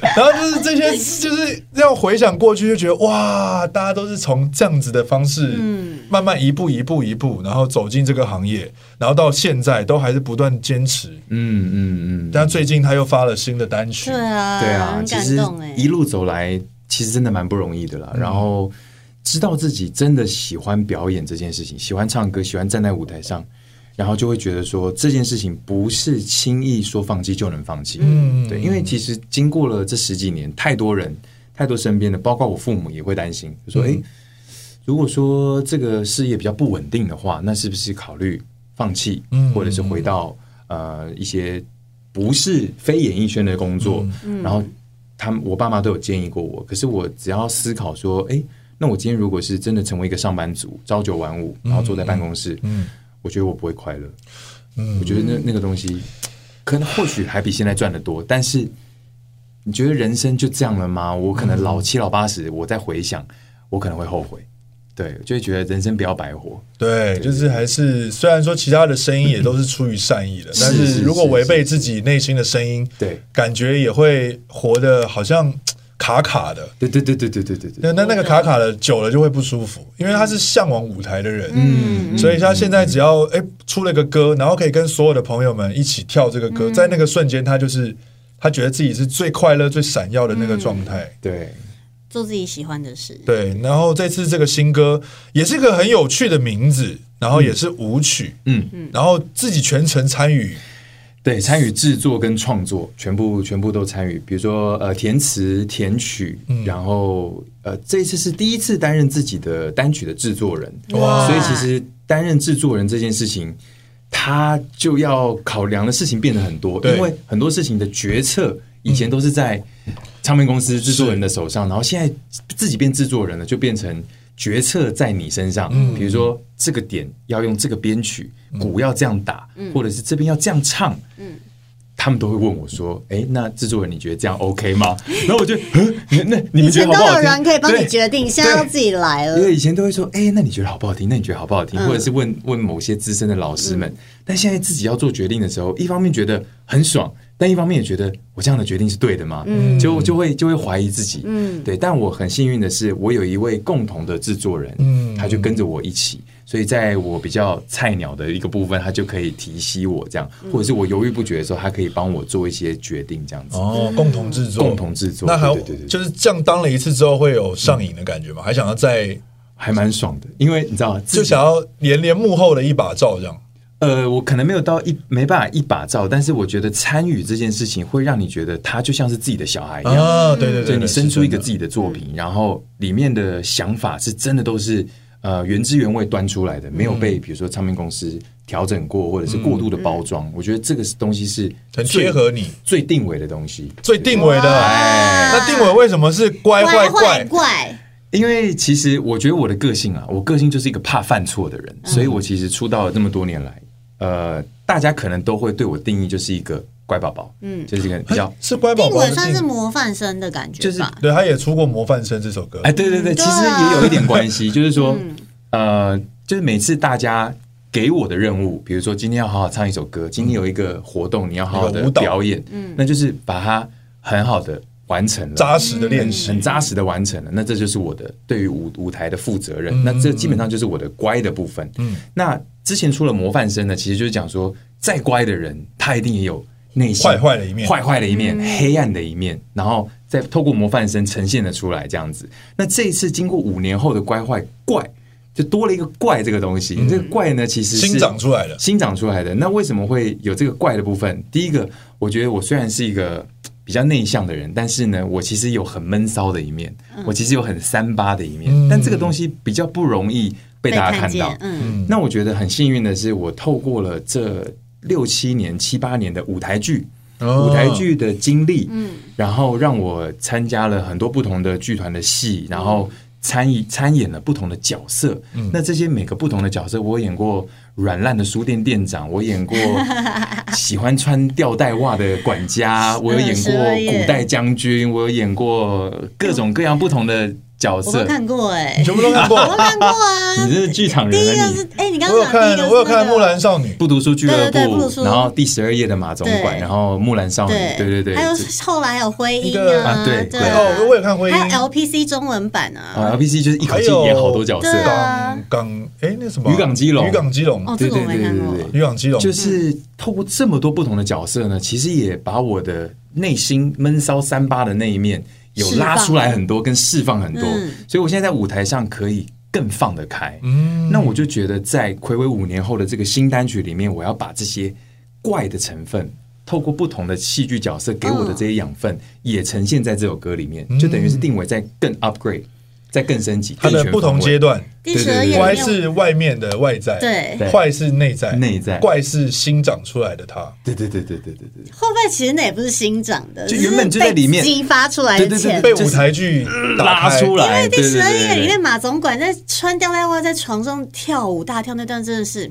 C: 然后就是这些，就是要回想过去，就觉得哇，大家都是从这样子的方式，
B: 嗯
C: 慢慢一步一步一步，然后走进这个行业，然后到现在都还是不断坚持，
A: 嗯嗯嗯，
C: 但最近他又发了新的单曲，
B: 对啊，
A: 对啊，
B: 很
A: 其
B: 感
A: 实
B: 动嗯哎，
A: 一路走来，其实真的蛮不容易的啦。然后知道自己真的喜欢表演这件事情，喜欢唱歌，喜欢站在舞台上，然后就会觉得说这件事情不是轻易说放弃就能放弃。
C: 嗯
A: 对，因为其实经过了这十几年，太多人，太多身边的，包括我父母也会担心，就说：“
C: 嗯
A: 诶，如果说这个事业比较不稳定的话，那是不是考虑放弃，
C: 嗯
A: 或者是回到呃一些不是非演艺圈的工作？”
C: 嗯
A: 然后他们我爸妈都有建议过我，可是我只要思考说：“诶，那我今天如果是真的成为一个上班族，朝九晚五，然后坐在办公室，
C: 嗯
A: 我觉得我不会快乐。”
C: 嗯
A: 我觉得那那个东西，可能或许还比现在赚的多，但是你觉得人生就这样了吗？我可能老七老八十，我再回想，我可能会后悔。对，就会觉得人生不要白活。
C: 对，就是还是虽然说其他的声音也都是出于善意的，但
A: 是
C: 是
A: 是
C: 如果
A: 是
C: 违背自己内心的声音，
A: 对，
C: 感觉也会活得好像卡卡的。
A: 对对对对对对对对
C: 那那那个卡卡的久了就会不舒服，因为他是向往舞台的人，
A: 嗯
C: 所以他现在只要哎、出了个歌，然后可以跟所有的朋友们一起跳这个
A: 嗯
C: 歌，在那个瞬间，他就是他觉得自己是最快乐、最闪耀的那个状态。
A: 对，
B: 做自己喜欢的事。
C: 对，然后这次这个新歌也是个很有趣的名字，然后也是舞曲，
A: 嗯，
C: 然后自己全程参与，
A: 对，参与制作跟创作，全部全部都参与。比如说呃，填词、填曲，然后呃，这一次是第一次担任自己的单曲的制作人，
C: 哇
A: 所以其实担任制作人这件事情，他就要考量的事情变得很多，
C: 对
A: 因为很多事情的决策以前都是在唱片公司制作人的手上，然后现在自己变制作人了，就变成决策在你身上。比如说这个点要用这个编曲，鼓要这样打，或者是这边要这样唱，他们都会问我说：“哎，那制作人你觉得这样 OK 吗？” 然后我就，嗯你那你
B: 以
A: 们觉
B: 前
A: 得好
B: 都
A: 不好
B: 有
A: 听？
B: 人可以帮你
A: 对
B: 决定，现在要自己来
A: 因
B: 了
A: 为。以前都会说，哎、那你觉得好不好听？那你觉得好不好听？或者是问问某些资深的老师们、但现在自己要做决定的时候，一方面觉得很爽，但一方面也觉得我这样的决定是对的吗？就就会就会怀疑自己。
B: 嗯
A: 对。但我很幸运的是，我有一位共同的制作人，
C: 嗯
A: 他就跟着我一起，所以在我比较菜鸟的一个部分，他就可以提携我这样，或者是我犹豫不决的时候，他可以帮我做一些决定这样子。
C: 哦，共同制作，
A: 共同制作
C: 那还有
A: 对对对对
C: 就是这样当了一次之后会有上瘾的感觉吗？还想要再
A: 还蛮爽的，因为你知道吗？
C: 哦就想要连连幕后的一把照这样，
A: 呃，我可能没有到一没办法一把照，但是我觉得参与这件事情会让你觉得他就像是自己的小
B: 嗯
A: 孩一样，
C: 啊，对对
A: 就
C: 对，
A: 你生出一个自
C: 己，
A: 己的作
C: 嗯
A: 品，然后里面的想法是真的都是呃原汁原味端出来
C: 嗯
A: 的，没有被比如说唱片公司调整过或者是过度的
C: 嗯
A: 包装。我觉得这个东西是
C: 很
A: 最
C: 贴合你
A: 最定位的东西。
C: 最定位的。
B: 哇
C: 那定位为什么是乖
B: 乖
C: 坏
B: 坏
C: 怪？
B: 怪，
A: 因为其实我觉得我的个性啊，我个性就是一个怕犯错的人，
B: 嗯
A: 所以我其实出道了这么多年来，呃，大家可能都会对我定义就是一个乖宝宝，嗯，就是一个比较。
C: 是乖宝
B: 定
C: 宝
B: 伟
C: 的
B: 算是
C: 定，
B: 模范生的感觉
A: 就是
B: 吧？
C: 对，他也出过《模范生》这首歌
A: 哎，，对对对，其实
B: 对啊嗯
A: 也有一点关系，就是说，呃，就是每次大家给我的任务，比如说今天要好好唱一首歌，今天有一个活动你要好好
C: 有
A: 的
C: 舞蹈
A: 表演，
B: 嗯
A: 那就是把它很好的完成了，
C: 扎实的练
A: 嗯
C: 习。
A: 很扎实的完成了，那这就是我的对于舞舞台的负责任。那
C: 嗯
A: 这基本上就是我的乖的部分。嗯，那之前出了模范生呢，其实就是讲说，再乖的人，他一定也有内心
C: 坏坏的一面
A: 坏坏的一面、黑暗的一面，然后再透过模范生呈现了出来，这样子。那这一次经过五年后的乖坏怪，就多了一个怪这个东
C: 嗯
A: 西。这个怪呢，其实是
C: 新长出来了
A: 新长出来的。那为什么会有这个怪的部分？第一个，我觉得我虽然是一个嘖比较内向的人，但是呢，我其实有很闷骚的一面，我其实有很三八的一面，
C: 嗯
A: 但这个东西比较不容易被大家看到
B: 见。，嗯，
A: 那我觉得很幸运的是，我透过了这六七年、七八年的舞台剧。
C: 哦
A: 舞台剧的经历，
B: 嗯
A: 然后让我参加了很多不同的剧团的戏，然后参
B: 嗯
A: 与参演了不同的角色。那这些每个不同的角色，我演过软烂的书店店长，我演 过喜欢穿吊带袜的管家，我有演过
B: 十二夜
A: 古代将军，我有演过各种各样不同的角
B: 我都
A: 色。
B: 看过哎
C: 你，全部都看过
B: 我。都看过 啊。
A: 你这是剧场
B: 第一
A: 人啊
B: 个
A: 你！
B: 是哎，你刚
C: 我有
B: 刚
C: 看
B: 讲，第一个是
C: 我有看《
B: 那个
C: 木兰少女》，
A: 不读书俱乐部，
B: 对对对不读书
A: 然后第十二页的马总管，
B: 对
A: 然后木兰少女，对对对，
B: 还有
A: 这
B: 后来有徽音
C: 那个
A: 啊对对
B: 对啊
C: 哦，我有看婚
B: 还有
C: 姻。
B: LPC 中文版啊，
A: 啊，LPC 就是一口
C: 还
A: 气
C: 有
A: 演好多角色，
B: 对啊
C: 港港哎，那什么
A: 渔港基隆
C: 渔港基隆
B: 哦，这
A: 对
B: 个
A: 对
B: 我没
A: 对
B: 看
A: 对
B: 过
A: 对，对
C: 渔港基隆，
A: 就是透过这么多不同的角色呢，其实也把我的内心闷骚三八的那一面有拉出来很多，跟释放很多
B: 嗯，
A: 所以我现在在舞台上可以更放得开。
C: 嗯，
A: 那我就觉得，在暌违五年后的这个新单曲里面，我要把这些怪的成分，透过不同的戏剧角色给我的这些养分，也呈现在这首歌里面，就等于是定位在更 upgrade，在更升级，
C: 它的
A: 更全
C: 不同
A: 方位
C: 阶段，
B: 第十二
A: 对
B: 页
C: 乖
B: 里面
C: 是外面的外在，
B: 对
A: 对
C: 坏是内在，
A: 内在
C: 怪是新长出来的他。
A: 对对对对对对对。
B: 后背其实那也不是新长的，
A: 就原本就在里面
B: 只是被激发出来的
A: 对对对
B: 潜
C: 被
B: 力。
C: 舞台剧打
A: 拉
C: 开
A: 出来，
B: 第
A: 对对
B: 十二
A: 对
B: 页
A: 对
B: 里
A: 对
B: 面，马总管在穿吊带袜在床上跳舞大跳那段真的是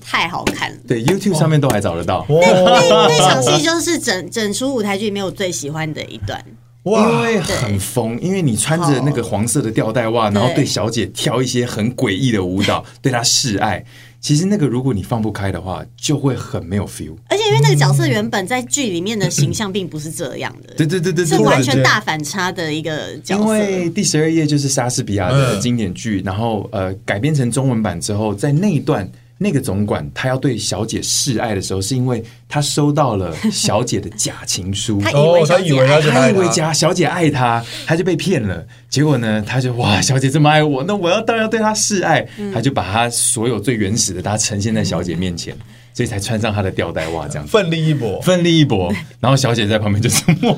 B: 太好看 了。
A: 对 YouTube 上面都还找得到。
C: 哇
B: 那那场戏就是整整出舞台剧里面我最喜欢的一段，
A: 因
C: 哇，
A: 为很疯，因为你穿着那个黄色的吊带袜，然后对小姐跳一些很诡异的舞蹈，对她示爱。其实那个如果你放不开的话，就会很没有 feel。
B: 而且因为那个角色原本在剧里面的形象并不是这样的，
A: 对对对对
B: 是
A: 对，
B: 完全大反差的一个角
A: 因
B: 色。
A: 为第十二页就是莎士比亚的经典剧，然后呃改编成中文版之后，在那一段那个总管他要对小姐示爱的时候，是因为他收到了小姐的假情书，
B: 他以为
C: 哦，
B: 小
C: 他
B: 姐
C: 以为他是
A: 他
C: 爱
A: 以为
C: 他，
A: 假小姐爱他，他就被骗了。结果呢，他就哇，小姐这么爱我，那我要当然要对她示爱。他就把他所有最原始的他呈现在小姐面前，所以才穿上他的吊带袜这样子。
C: 奋力一 搏。
A: 奋力一搏，然后小姐在旁边就沉默。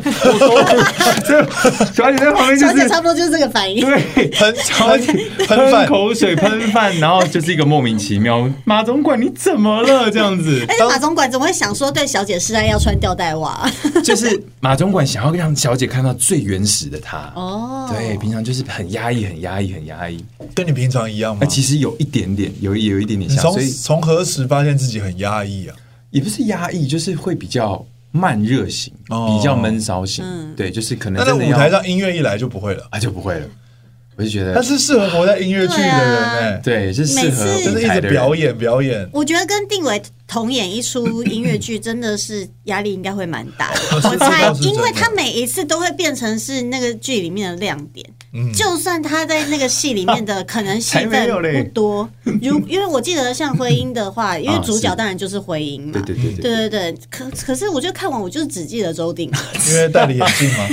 A: 小姐在旁边就
B: 小姐
A: 是
B: 差不多就是这个反应。
A: 对，
C: 喷喷喷饭，
A: 口水、喷饭，然后就是一个莫名其妙，马总管你怎么了？这样子，
B: 但是马总管怎么会想说对小姐示爱要穿吊带袜？
A: 就是马总管想要让小姐看到最原始的她。
B: 哦，
A: 对，平常就是很压抑、很压抑、很压抑。
C: 跟你平常一样吗
A: 那？哎其实有一点点，有有一点点
C: 你
A: 像，
C: 从
A: 所以
C: 从何时发现自己很压抑啊？
A: 也不是压抑，就是会比较慢热型，
C: 哦
A: 比较闷骚型。
B: 嗯
A: 对，就是可能
C: 那在
A: 真的
C: 舞
A: 要
C: 台上音乐一来就不会了。
A: 啊就不会了。我就觉
C: 他
A: 得，
C: 是适合活在音乐剧的人
B: 啊
C: 哎、
A: 对，是适合
B: 每次
C: 就是
A: 舞
C: 一
A: 台
C: 直
A: 的人
C: 表演表演。
B: 我觉得跟定伟同演一出音乐剧，真的是压力应该会蛮 大的。
C: 哦
B: 我猜，因为他每一次都会变成是那个剧里面的亮点。
C: 嗯
B: 就算他在那个戏里面的可能戏
A: 才没
B: 份
A: 有嘞
B: 不多，如因为我记得像灰鹰的话，因为
A: 啊
B: 主角
A: 是
B: 当然就是灰鹰嘛，
A: 对对对对
B: 对对对可可是我就看完，我就是只记得周定 伟，
C: 因为戴了眼镜 嘛，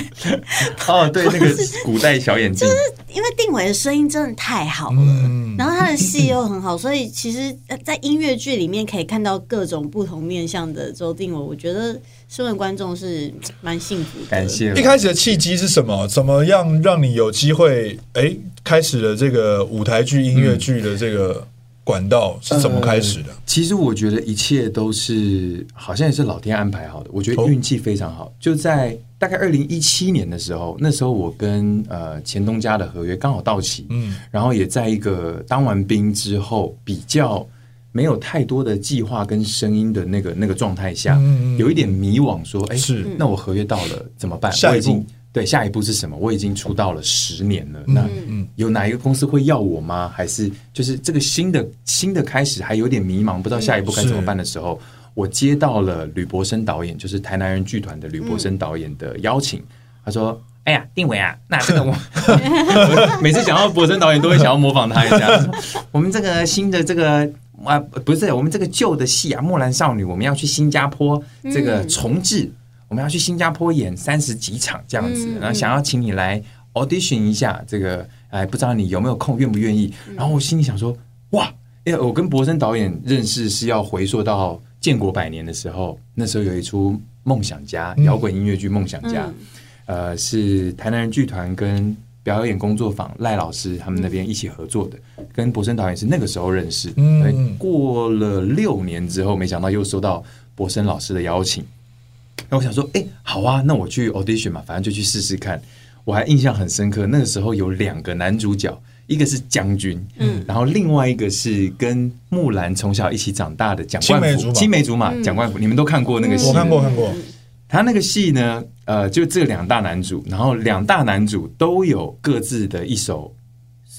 A: 哦，对，那 个古代小眼镜，
B: 因为定伟的声音真的太好了，
C: 嗯，
B: 然后他的戏又很好，所以其实，呃在音乐剧里面可以看到各种不同面向的周定伟，我觉得身为观众是嗯蛮幸福的。
A: 感谢了
C: 一开始的契机是什么？怎么样让你有机会哎开始了这个舞台剧、音乐剧的这个管道是怎么开始的？
A: 其实我觉得一切都是好像也是老天安排好的，我觉得
C: 哦
A: 运气非常好。就在大概二零一七年的时候，那时候我跟呃前东家的合约刚好到期，
C: 嗯，
A: 然后也在一个当完兵之后比较没有太多的计划跟声音的那个那个状态下，
C: 嗯嗯嗯
A: 有一点迷惘，说，哎，
C: 是
A: 那我合约到了怎么办？
C: 下一
A: 我已经
C: 步
A: 对下一步是什么？我已经出道了十年了，那
C: 嗯
A: 有哪一个公司会要我吗？还是就是这个新的新的开始还有点迷茫，不知道下一步该怎么办的时候，我接到了吕博生导演，就是台南人剧团的吕博生导演的邀请，他说。哎呀，定伟啊，那这个 我我每次讲到博生导演，都会想要模仿他一下。 我们这个新的这个啊，不是我们这个旧的戏啊，《木兰少女》，我们要去新加坡这个
B: 嗯
A: 重置，我们要去新加坡演三十几场这样子
B: 嗯，
A: 然后想要请你来 audition 一下，这个哎，不知道你有没有空，愿不愿意？
B: 嗯
A: 然后我心里想说，哇，因为我跟博生导演认识是要回溯到建国百年的时候，那时候有一出《梦想家》
C: 嗯
A: 摇滚音乐剧《梦想家》
B: 嗯
A: 呃，是台南人剧团跟表演工作坊赖老师他们那边一起合作的，跟博生导演是那个时候认识。
C: 嗯
A: 嗯，过了六年之后，没想到又收到博生老师的邀请。那我想说，哎、好啊，那我去 audition 嘛，反正就去试试看。我还印象很深刻，那个时候有两个男主角，一个是将军，嗯，然后另外一个是跟木兰从小一起长大的蒋冠
C: 青梅竹
A: 福，
C: 马
A: 青梅竹马蒋冠福，你们都看过那个戏？
C: 我看过看过，
A: 他那个戏呢，呃，就这两大男主，然后两大男主都有各自的一首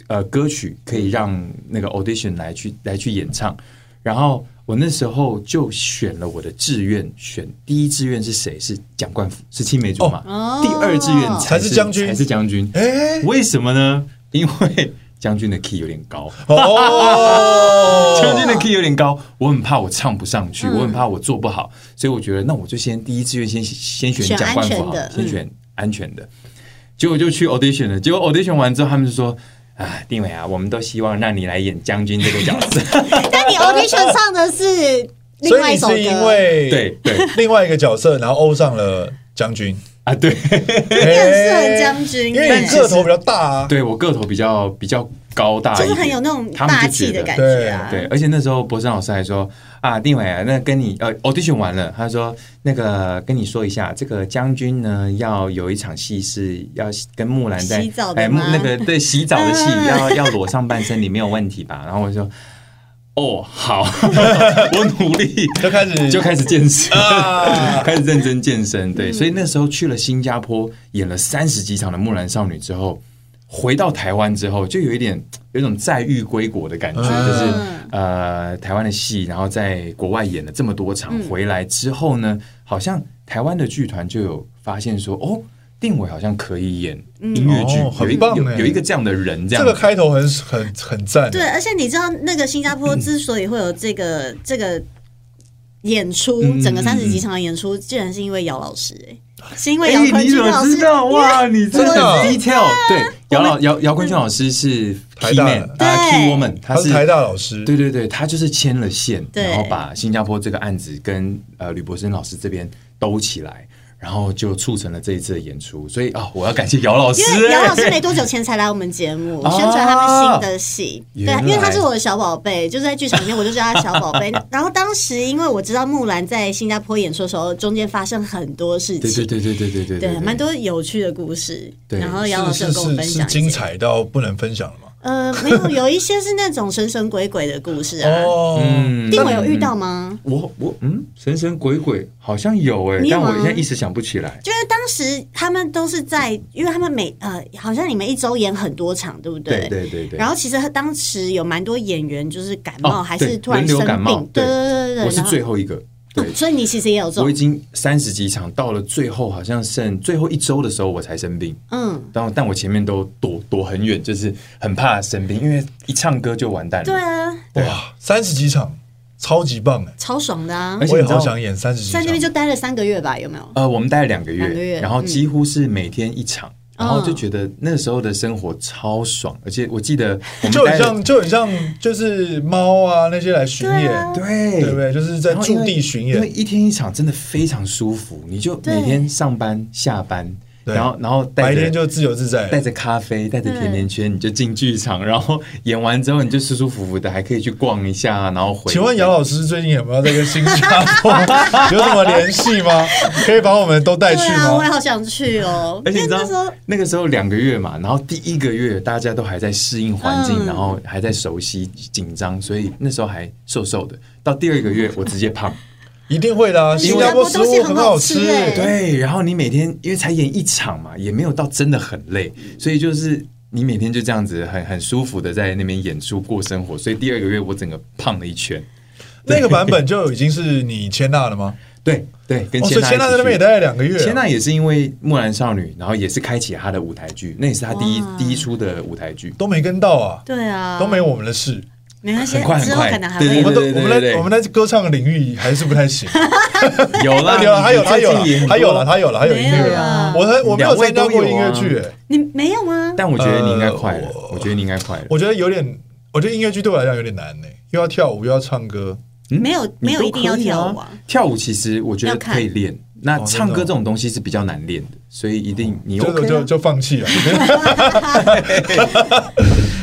A: 呃歌曲，可以让那个 audition 来去来去演唱。然后我那时候就选了我的志愿，选第一志愿是谁？是蒋冠福，是青梅竹马。
B: 哦
A: 第二志愿
C: 才是将军
A: 才是将
B: 嗯
A: 军。
C: 哎、
A: 为什么呢？因为将军的 key 有点高。
C: 哦，
A: 将军的 key 有点高，我很怕我唱不上
B: 嗯
A: 去，我很怕我做不好，所以我觉得那我就先第一志愿先先选
B: 选
A: 蒋冠福
B: 安全
A: 好了
B: 的，
A: 先
B: 嗯
A: 选安全的。结果就去 audition 了，结果 audition 完之后，他们就说：“啊，丁伟啊，我们都希望让你来演将军这个角 色。
B: 但你 audition 唱的是另
C: 所
B: 外
C: 以
B: 一
C: 你
B: 首歌，
C: 是因” 为
A: 对对
C: 另外一个角色，然后欧上了 将军，
A: 啊，对
C: 你
B: 很适
A: 哎
B: 合将军
C: 因为你个头比较大 啊。
A: 对，我个头比较比较高大一
B: 就
A: 点，
B: 是很有那种
A: 他们
B: 大
A: 就
B: 气
A: 觉
B: 的
A: 得
B: 感觉啊。
A: 对，而且那时候博生老师还说啊，定伟啊，那跟你呃 audition 完了，他说那个跟你说一下，这个将军呢要有一场戏是要跟木兰在哎
B: 洗澡的
A: 木
B: 吗
A: 那个对洗澡的戏，
B: 嗯
A: 要要裸上半身，你没有问题吧？然后我就说。哦，好， 我努力，
C: 就开始
A: 就开始健身，
C: 啊
A: 开始认真健身。
B: 嗯
A: 对，所以那时候去了新加坡，演了三十几场的《木兰少女》之后，回到台湾之后，就有一点有一种再遇归国的感觉，
C: 嗯
A: 就是呃，台湾的戏，然后在国外演了这么多
B: 嗯
A: 场，回来之后呢，好像台湾的剧团就有发现说，哦，定伟好像可以演
B: 嗯
A: 音乐剧
C: 哦，
A: 有一
C: 很棒
A: 有
C: 欸
A: 有一个这样的人，这
C: 这
A: 样
C: 个
A: 子
C: 开头很很很赞，
A: 嗯
B: 对，而且你知道那个新加坡之所以会有这个、这个演出，
A: 嗯
B: 整个
A: 嗯
B: 三十
A: 嗯
B: 几场的演出，竟然是因为姚老师、哎，是因为
A: 哎，
B: 姚坤
A: 你
B: 君
A: 怎么
B: 老
A: 知
B: 师，
A: 道哇？你真的
C: 真的啊
A: 很 detail。对，姚老姚姚坤君老师是
C: 台
A: key
C: 大
A: man
C: 的
A: 啊
B: 嗯对
A: ，key woman，他
C: 他是
A: 是
C: 台大老师，
A: 对对对，他就是牵了线，
B: 对
A: 然后把新加坡这个案子跟呃吕博生老师这边兜起来，然后就促成了这一次的演出。所以啊，我要感谢姚老师，
B: 因为姚老师
A: 哎
B: 没多久前才来我们节目
A: 啊
B: 宣传他们新的戏，对
A: 原，来
B: 因为他是我的小宝贝，就是在剧场里面我就叫他小宝 贝。然后当时因为我知道木兰在新加坡演出的时候，中间发生很多事
A: 对对
B: 情，
A: 对对对对对
B: 对，蛮多有趣的故事。
A: 对
B: 然后姚老师
C: 是
B: 有跟我
C: 是
B: 分
C: 是
B: 享
C: 是
B: 一些
C: 精彩到不能分享了吗？
B: 呃，没有，有一些是那种神神鬼鬼的故事啊。
C: 哦，
A: 嗯
B: 定伟有遇到吗？
A: 我我嗯，神神鬼鬼好像有哎、
B: 你有
A: 但
B: 吗
A: 我现在一时想不起来。
B: 就是当时他们都是在，因为他们每呃，好像你们一周演很多场，对不
A: 对对对对，
B: 然后其实当时有蛮多演员就是感
A: 哦
B: 冒，还是
A: 对
B: 突然
A: 轮流
B: 生
A: 感冒
B: 病，对
A: 对
B: 对对对，
A: 我是
B: 然后
A: 最后一个，对
B: 啊，所以你其实也有这
A: 我已
B: 种，
A: 经三十几场，到了最后好像剩最后一周的时候，我才生病。
B: 嗯，
A: 但但我前面都躲躲很远，就是很怕生病，因为一唱歌就完蛋了。
B: 对啊，
A: 对
C: 哇，三十几场，超级棒哎！
B: 超爽的啊
A: 而！且
C: 我也
A: 你知道
C: 好想演三十几
B: 在
C: 场
B: 那，边就待了三个月吧，有没有？
A: 呃，我们待了两个月，
B: 两个月
A: 然后几乎是每天一场，
B: 嗯
A: 然后就觉得那时候的生活超爽，而且我记 得我们
C: 就
A: 待
C: 很
A: 了
C: 像就很像就是猫啊那些来巡
B: 对
C: 演
B: 啊，
A: 对
C: 对不对？就是在
A: 然后因为
C: 驻地巡
A: 因为
C: 演，
A: 一天一场真的非常舒服，你就
B: 对
A: 每天上班下班，
C: 对
A: 然后然后带
C: 白
A: 着
C: 天就自由自在
A: 带。着咖啡，带着甜甜圈，你就进剧场，然后演完之后你就舒舒服服的，还可以去逛一下，然后回。
C: 请问姚老师最近有没有在跟新加 坡 有什么联系吗？可以把我们都
A: 哎
C: 带
B: 对
C: 去
B: 啊，我也
C: 吗？
B: 好想去 哦，
A: 而
B: 因
A: 且
B: 为
A: 你知道
B: 那时候
A: 那个时候两个月嘛，然后第一个月大家都还在适应环境，
B: 嗯
A: 然后还在熟悉紧张，所以那时候还瘦瘦的。到第二个月我直接 胖，
C: 一定会的
B: 因
C: 啊！
B: 为
C: 新加坡食
B: 新加坡
C: 物
B: 东西很好
C: 好欸
B: 吃哎
A: 对，然后你每天因为才演一场嘛，也没有到真的很累，所以就是你每天就这样子很很舒服的在那边演出过生活，所以第二个月我整个胖了一圈。
C: 那个版本就已经是你签纳了吗？
A: 对对，跟
C: 哦，
A: 千
C: 所以
A: 娜
C: 千娜在那边也
A: 在。
C: 待了两个月啊。
A: 千娜也是因为《木兰少女》，然后也是开启她的舞台剧，那也是她第一
B: 哇
A: 第一出的舞台剧。
C: 都没跟到啊，
B: 对啊，
C: 都没我们的事。
B: 没关系，
A: 很快很
B: 之后
A: 快
B: 可能还
A: 对对
B: 会有
C: 我们都
A: 对
C: 我
A: 对
C: 们在
A: 对
C: 我们在歌唱的领域还是不 太行。
A: 有 啦，
C: 有啊，还有
A: 你
C: 他有
A: 最近也很
C: 他有
A: 多
C: 了他有了他有音
B: 没
C: 乐
B: 有啊
C: 我还我没有参加过音
A: 两位
C: 乐
A: 都
C: 剧
A: 有啊
C: 哎。
B: 你没有吗？
A: 但我觉得你应该快了，
C: 呃我
A: 我觉得你应该快了。
C: 我觉得有点，我觉得音乐剧对我来讲有点难呢、又要跳舞又要唱歌，
B: 没有没
A: 嗯
B: 有
A: 你
B: 一
A: 都
B: 定要
A: 可以
B: 跳舞啊，
A: 跳舞其实我觉
B: 要
A: 得
B: 看
A: 可以练。那
C: 哦
A: 唱歌这
C: 真的哦
A: 种东西是比较难练的，所以一定你
C: 这
A: OK
C: 个
A: 啊
C: 就就放弃 了。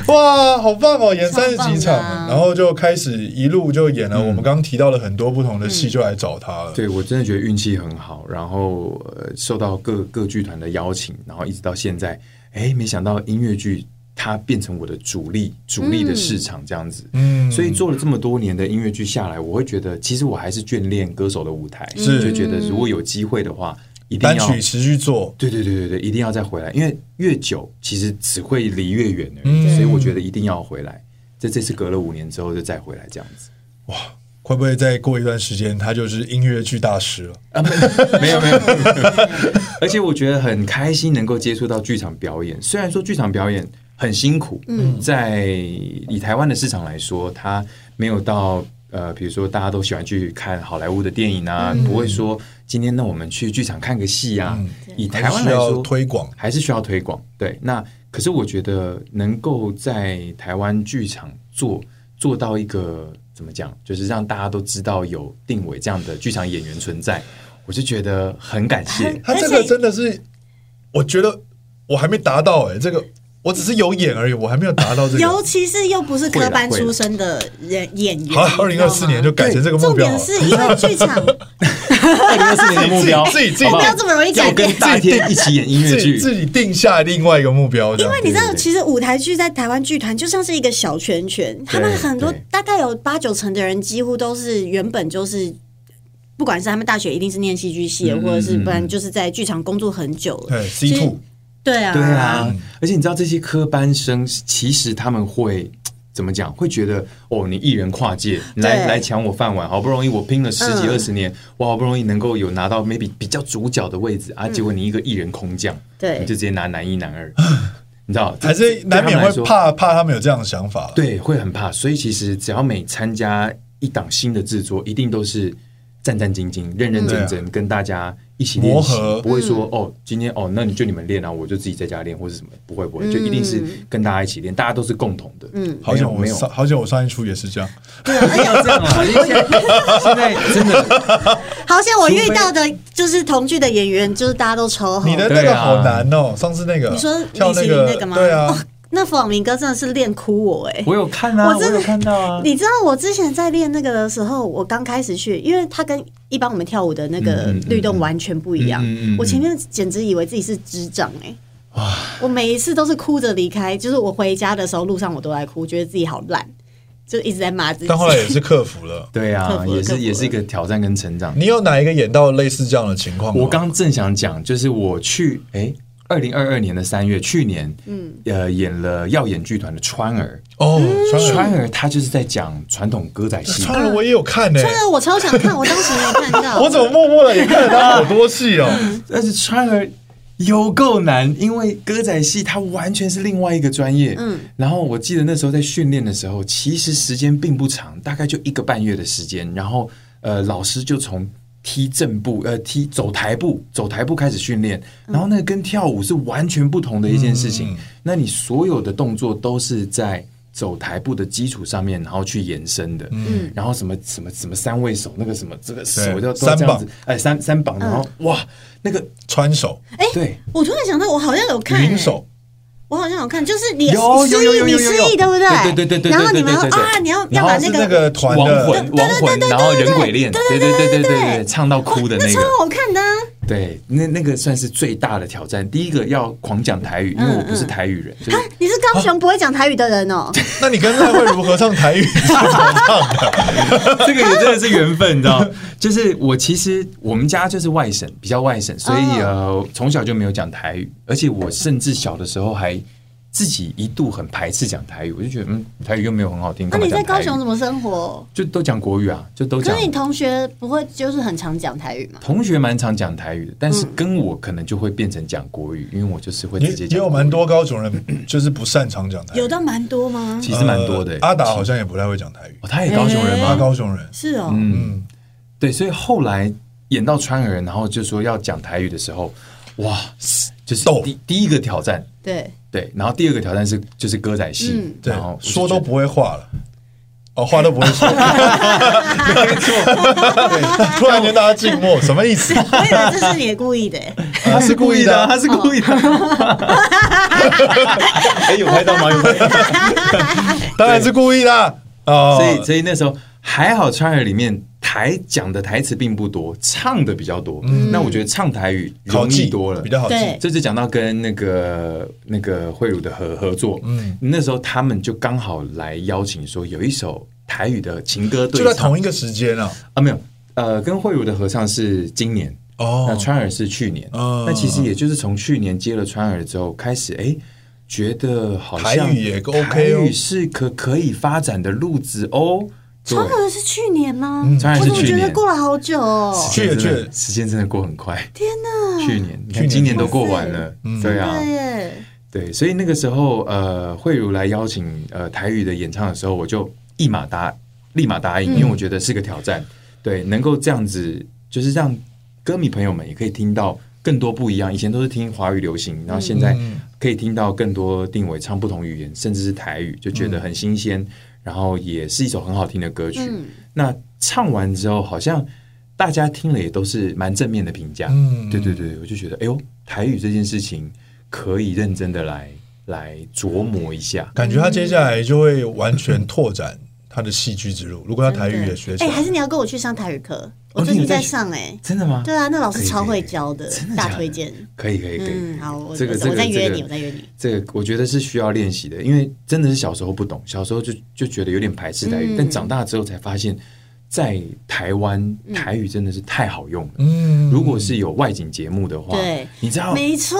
C: 哇，好棒哦！演三十
B: 超
C: 几场、
B: 棒的啊
C: 然后就开始一路就演了、我们刚刚提到了很多不同的戏，就来找他了。
A: 嗯对我真的觉得运气很好，然后呃受到各各剧团的邀请，然后一直到现在，哎，没想到音乐剧它变成我的主力主力的市场这样子。
C: 嗯
A: 所以做了这么多年的音乐剧下来，我会觉得其实我还是眷恋歌手的舞台，
B: 嗯
C: 是
A: 就觉得如果有机会的话，一定
C: 单
A: 要
C: 曲持续做，
A: 对对对对对，一定要再回来，因为越久其实只会离越远而已，
C: 嗯
A: 所以我觉得一定要回来。这这次隔了五年之后就再回来这样子。
C: 会不会再过一段时间他就是音乐剧大师了？
A: 没有没有， 而且我觉得很开心能够接触到剧场表演，虽然说剧场表演很辛苦，嗯，在以台湾的市场来说，它没有到。呃，比如说大家都喜欢去看好莱坞的电影啊，不会说今天那我们去剧场看个戏啊。以台湾
C: 还是需
A: 来
C: 要
A: 说，
C: 推广，
A: 还是需要推广。对，那可是我觉得能够在台湾剧场做做到一个怎么讲，就是让大家都知道有定伟这样的剧场演员存在，我就觉得很感谢。
C: 他这
B: 而
C: 个
B: 且
C: 真的是，我觉得我还没达到哎、这个我只是有演而已，我还没有达到这
B: 尤
C: 个。
B: 其是又不是科班出身的人演员。
C: 好，二
B: 你知
C: 零
B: 道
C: 二
B: 吗
C: 四年就改成这个目
B: 重
C: 标好
B: 点
C: 了。
B: 是因为剧 场
A: 二零二四年的目标，
C: 自己自己
A: 好不
B: 不
A: 好
B: 要这么容易改
A: 要
B: 变
A: 跟，大天一起演音乐
C: 自己
A: 剧，
C: 自己定下另外一个目标，这
B: 因
C: 样
B: 为你知道，
A: 对对对
B: 其实舞台剧在台湾剧团就像是一个小圈圈，他们很多
A: 对
B: 大概有八九成的人几乎都是原本就是。不管是他们大学一定是念戏剧系的，
A: 嗯嗯
B: 或者是
A: 嗯
B: 不然就是在剧场工作很久了。
C: 对 C
B: 其实
C: two
B: 对啊，
A: 对啊，而且你知道这些科班生，其实他们会。怎么讲？会觉得哦，你一人跨界你来
B: 对
A: 来抢我饭碗，好不容易我拼了十几
B: 嗯
A: 二十年，我好不容易能够有拿到 maybe 比较主角的位置啊，结果你一个一人空降，
B: 嗯对
A: 你就直接拿男一男 二，你知道？这
C: 还是难免
A: 对他们来
C: 会
A: 说
C: 怕怕他们有这样的想法。，
A: 对，会很怕。所以其实只要每参加一档新的制作，一定都是战战兢兢、认认真真，跟大家一起练习
C: 磨合，
A: 不会说哦，今天哦，那你就你们练啊，我就自己在家练或者什么，不会不会，就一定是跟大家一起练，大家都是共同的。嗯，
C: 好
A: 没
C: 久
A: 有
C: 我
A: 没有
C: 上好久我上一出也是这样，
A: 不要这样啊！因为现在现在真的
B: 好像我遇到的就是同剧的演员，就是大家都超好。
C: 你的那
A: 对
C: 个
A: 啊
C: 好难哦。上次那个
B: 哦你说
C: 跳
B: 李
C: 那
B: 麒麟
C: 个
B: 那个吗？
C: 对啊
B: 哦，那弗朗明哥真的是练哭我哎、
A: 我有看啊，
B: 我
A: 我
B: 真的
A: 有看到啊。
B: 你知道我之前在练那个的时候，我刚开始去，因为它跟一般我们跳舞的那个
A: 嗯嗯嗯
B: 律动完全不一样。
A: 嗯嗯嗯嗯
B: 我前面简直以为自己是智障哎、我每一次都是哭着离开，就是我回家的时候路上我都在哭，觉得自己好烂，就一直在骂自己。
C: 但后来也是克服了。
A: 对
B: 克
A: 啊，
B: 服了
A: 也
B: 克
A: 是
B: 服
A: 也是一
B: 了
A: 个挑战跟成 长。
C: 你有哪一个演到类似这样的情况吗？
A: 我刚正想讲，就是我去哎，二零二二年的三月，去年嗯呃演了耀眼剧团的川儿，
C: 哦，
B: 嗯
C: 川儿
A: 川儿他就是在讲传统歌仔戏，
C: 川儿我也有看呢，
B: 真啊的我超想看，我当时没 看到。
C: 我怎么默默的也看了他好多戏哦。
B: 嗯
A: 但是川儿有够难，因为歌仔戏它完全是另外一个专业。嗯，然后我记得那时候在训练的时候，其实时间并不长，大概就一个半月的时间。然后呃，老师就从踢正步，呃，踢走台步，走台步开始训练。然后那个跟跳舞是完全不同的一件事情。
C: 嗯
A: 那你所有的动作都是在走台步的基础上面，然后去延伸的。嗯，然后什么什么什么三位手，那个什么这个手
C: 对
A: 要都
C: 三
A: 这样
C: 绑
A: 子，哎，三三绑，然后、哇，那个
C: 川手、
A: 对，
B: 我突然想到，我好像有看、
C: 云
B: 欸，
C: 手，
B: 我好像有看，就是你
A: 有有
B: 失
A: 有有
B: 忆，你
A: 有
B: 失
A: 有
B: 忆对不对？
A: 对对对对对
B: 然后你们
A: 对对对对
B: 啊，你要
A: 然
B: 要
A: 后
B: 把
C: 是
B: 那
C: 那
B: 个
C: 个团
A: 亡
C: 的
A: 魂亡魂，然后人鬼恋，对对对对对对，唱到哭的那
B: 超
A: 个，
B: 好看的啊、
A: 对，那那个算是最大的挑战。第一个要狂讲台语，因为我不是台语人，就是
B: 啊你是高雄不会讲台语的人哦、
C: 那你跟赖慧如合唱 台语是怎么唱的？
A: 这个也真的是缘分，你知道？就是我其实我们家就是外省，比较外省，所以
B: 哦
A: 呃从小就没有讲台语，而且我甚至小的时候还自己一度很排斥讲台语，我就觉得嗯台语又没有很好听，
B: 那、
A: 干嘛
B: 啊你在
A: 讲
B: 高
A: 台语
B: 雄？怎么生活？
A: 就都讲国语啊，就都
B: 可
A: 讲
B: 是。你同学不会就是很常讲台语吗？
A: 同学蛮常讲台语的，但是跟我可能就会变成讲国语，因为我就是会
C: 也
A: 直接
C: 也
A: 讲
C: 有
A: 国语。
C: 蛮多高雄人就是不擅长讲台语，
B: 有到蛮多吗？
A: 其实蛮多的、
C: 呃阿达好像也不太会讲台语，
A: 哦，他也高雄人
C: 他
A: 吗？
C: 高雄人，
B: 是哦、
A: 嗯，
C: 嗯，
A: 对，所以后来演到川儿，然后就说要讲台语的时候，哇，就是
C: 斗
A: 第第一个挑战，
B: 对，
A: 对，然后第二个挑战是就是歌仔戏，
B: 嗯
C: 对
A: 然后，我就
C: 说都
A: 觉
C: 不会话了。哦，话都不会说，对，突然间大家静默，什么意思？
B: 我以为这是你 故意的、欸，
A: 得他是故意的 啊，他是故意的啊，哎，有拍到吗？有拍到。
C: 当然是故意的哦。
A: 所以所以那时候还好，川儿里面台讲的台词并不多，唱的比较多。那我觉得唱台语
C: 好
A: 容易
C: 记
A: 多了，
C: 嗯比较好记
B: 对。
A: 这就讲到跟那个那个慧茹的合合作，
C: 嗯
A: 嗯，那时候他们就刚好来邀请说有一首台语的情歌对
C: 就在
A: 唱
C: 同一个时间啊。
A: 啊，没有，呃，跟慧茹的合唱是今年，那
C: 哦，
A: 川儿是去年，
C: 哦
A: 那其实也就是从去年接了川儿之后开始，哎。觉得好像
C: 台语也 OK 哦
A: 台语是可可以发展的路子哦。对
B: 川儿是去年吗？
A: 嗯川儿
B: 我
A: 是
B: 怎么
A: 去
B: 觉
A: 年
B: 得过了好久哦、
A: 时间真的
C: 去去
A: 时间真的过很快。
B: 天哪，
A: 去年，你看
C: 去年
A: 今年都过完了，
C: 嗯
A: 对啊，
B: 对耶，
A: 对，所以那个时候，呃，慧茹来邀请呃台语的演唱的时候，我就一马答立马答应，因为我觉得是个挑战，对，能够这样子，就是让歌迷朋友们也可以听到更多不一样。以前都是听华语流行，然后现在
C: 嗯
A: 可以听到更多定伟唱不同语言，甚至是台语，就觉得很新鲜，然后也是一首很好听的歌曲。
B: 嗯
A: 那唱完之后，好像大家听了也都是蛮正面的评价。
C: 嗯
A: 对对对，我就觉得，哎呦，台语这件事情可以认真的来来琢磨一下。
C: 感觉他接下来就会完全拓展他的戏剧之路。如果他台语也学起
B: 哎、还
C: 来，
B: 是你要跟我去上台语课？
A: 哦
B: 我最
A: 你
B: 近
A: 有在
B: 在
A: 学
B: 上哎、
A: 真的吗？
B: 对啊，那老
A: 可
B: 师
A: 以
B: 超
A: 可以
B: 会教的
A: 真，的假
B: 大
A: 的
B: 推荐。
A: 可以可以可以。
B: 嗯，好，我
A: 这个这
B: 我
A: 个
B: 再约
A: 这
B: 你，
A: 个
B: 我再约你。
A: 这个我觉得是需要练习的，因为真的是小时候不懂，小时候就就觉得有点排斥台语，
B: 嗯
A: 但长大之后才发现，在台湾
B: 嗯
A: 台语真的是太好用了。
C: 嗯
A: 如果是有外景节目的话，
B: 对
A: 你知道，
B: 没错，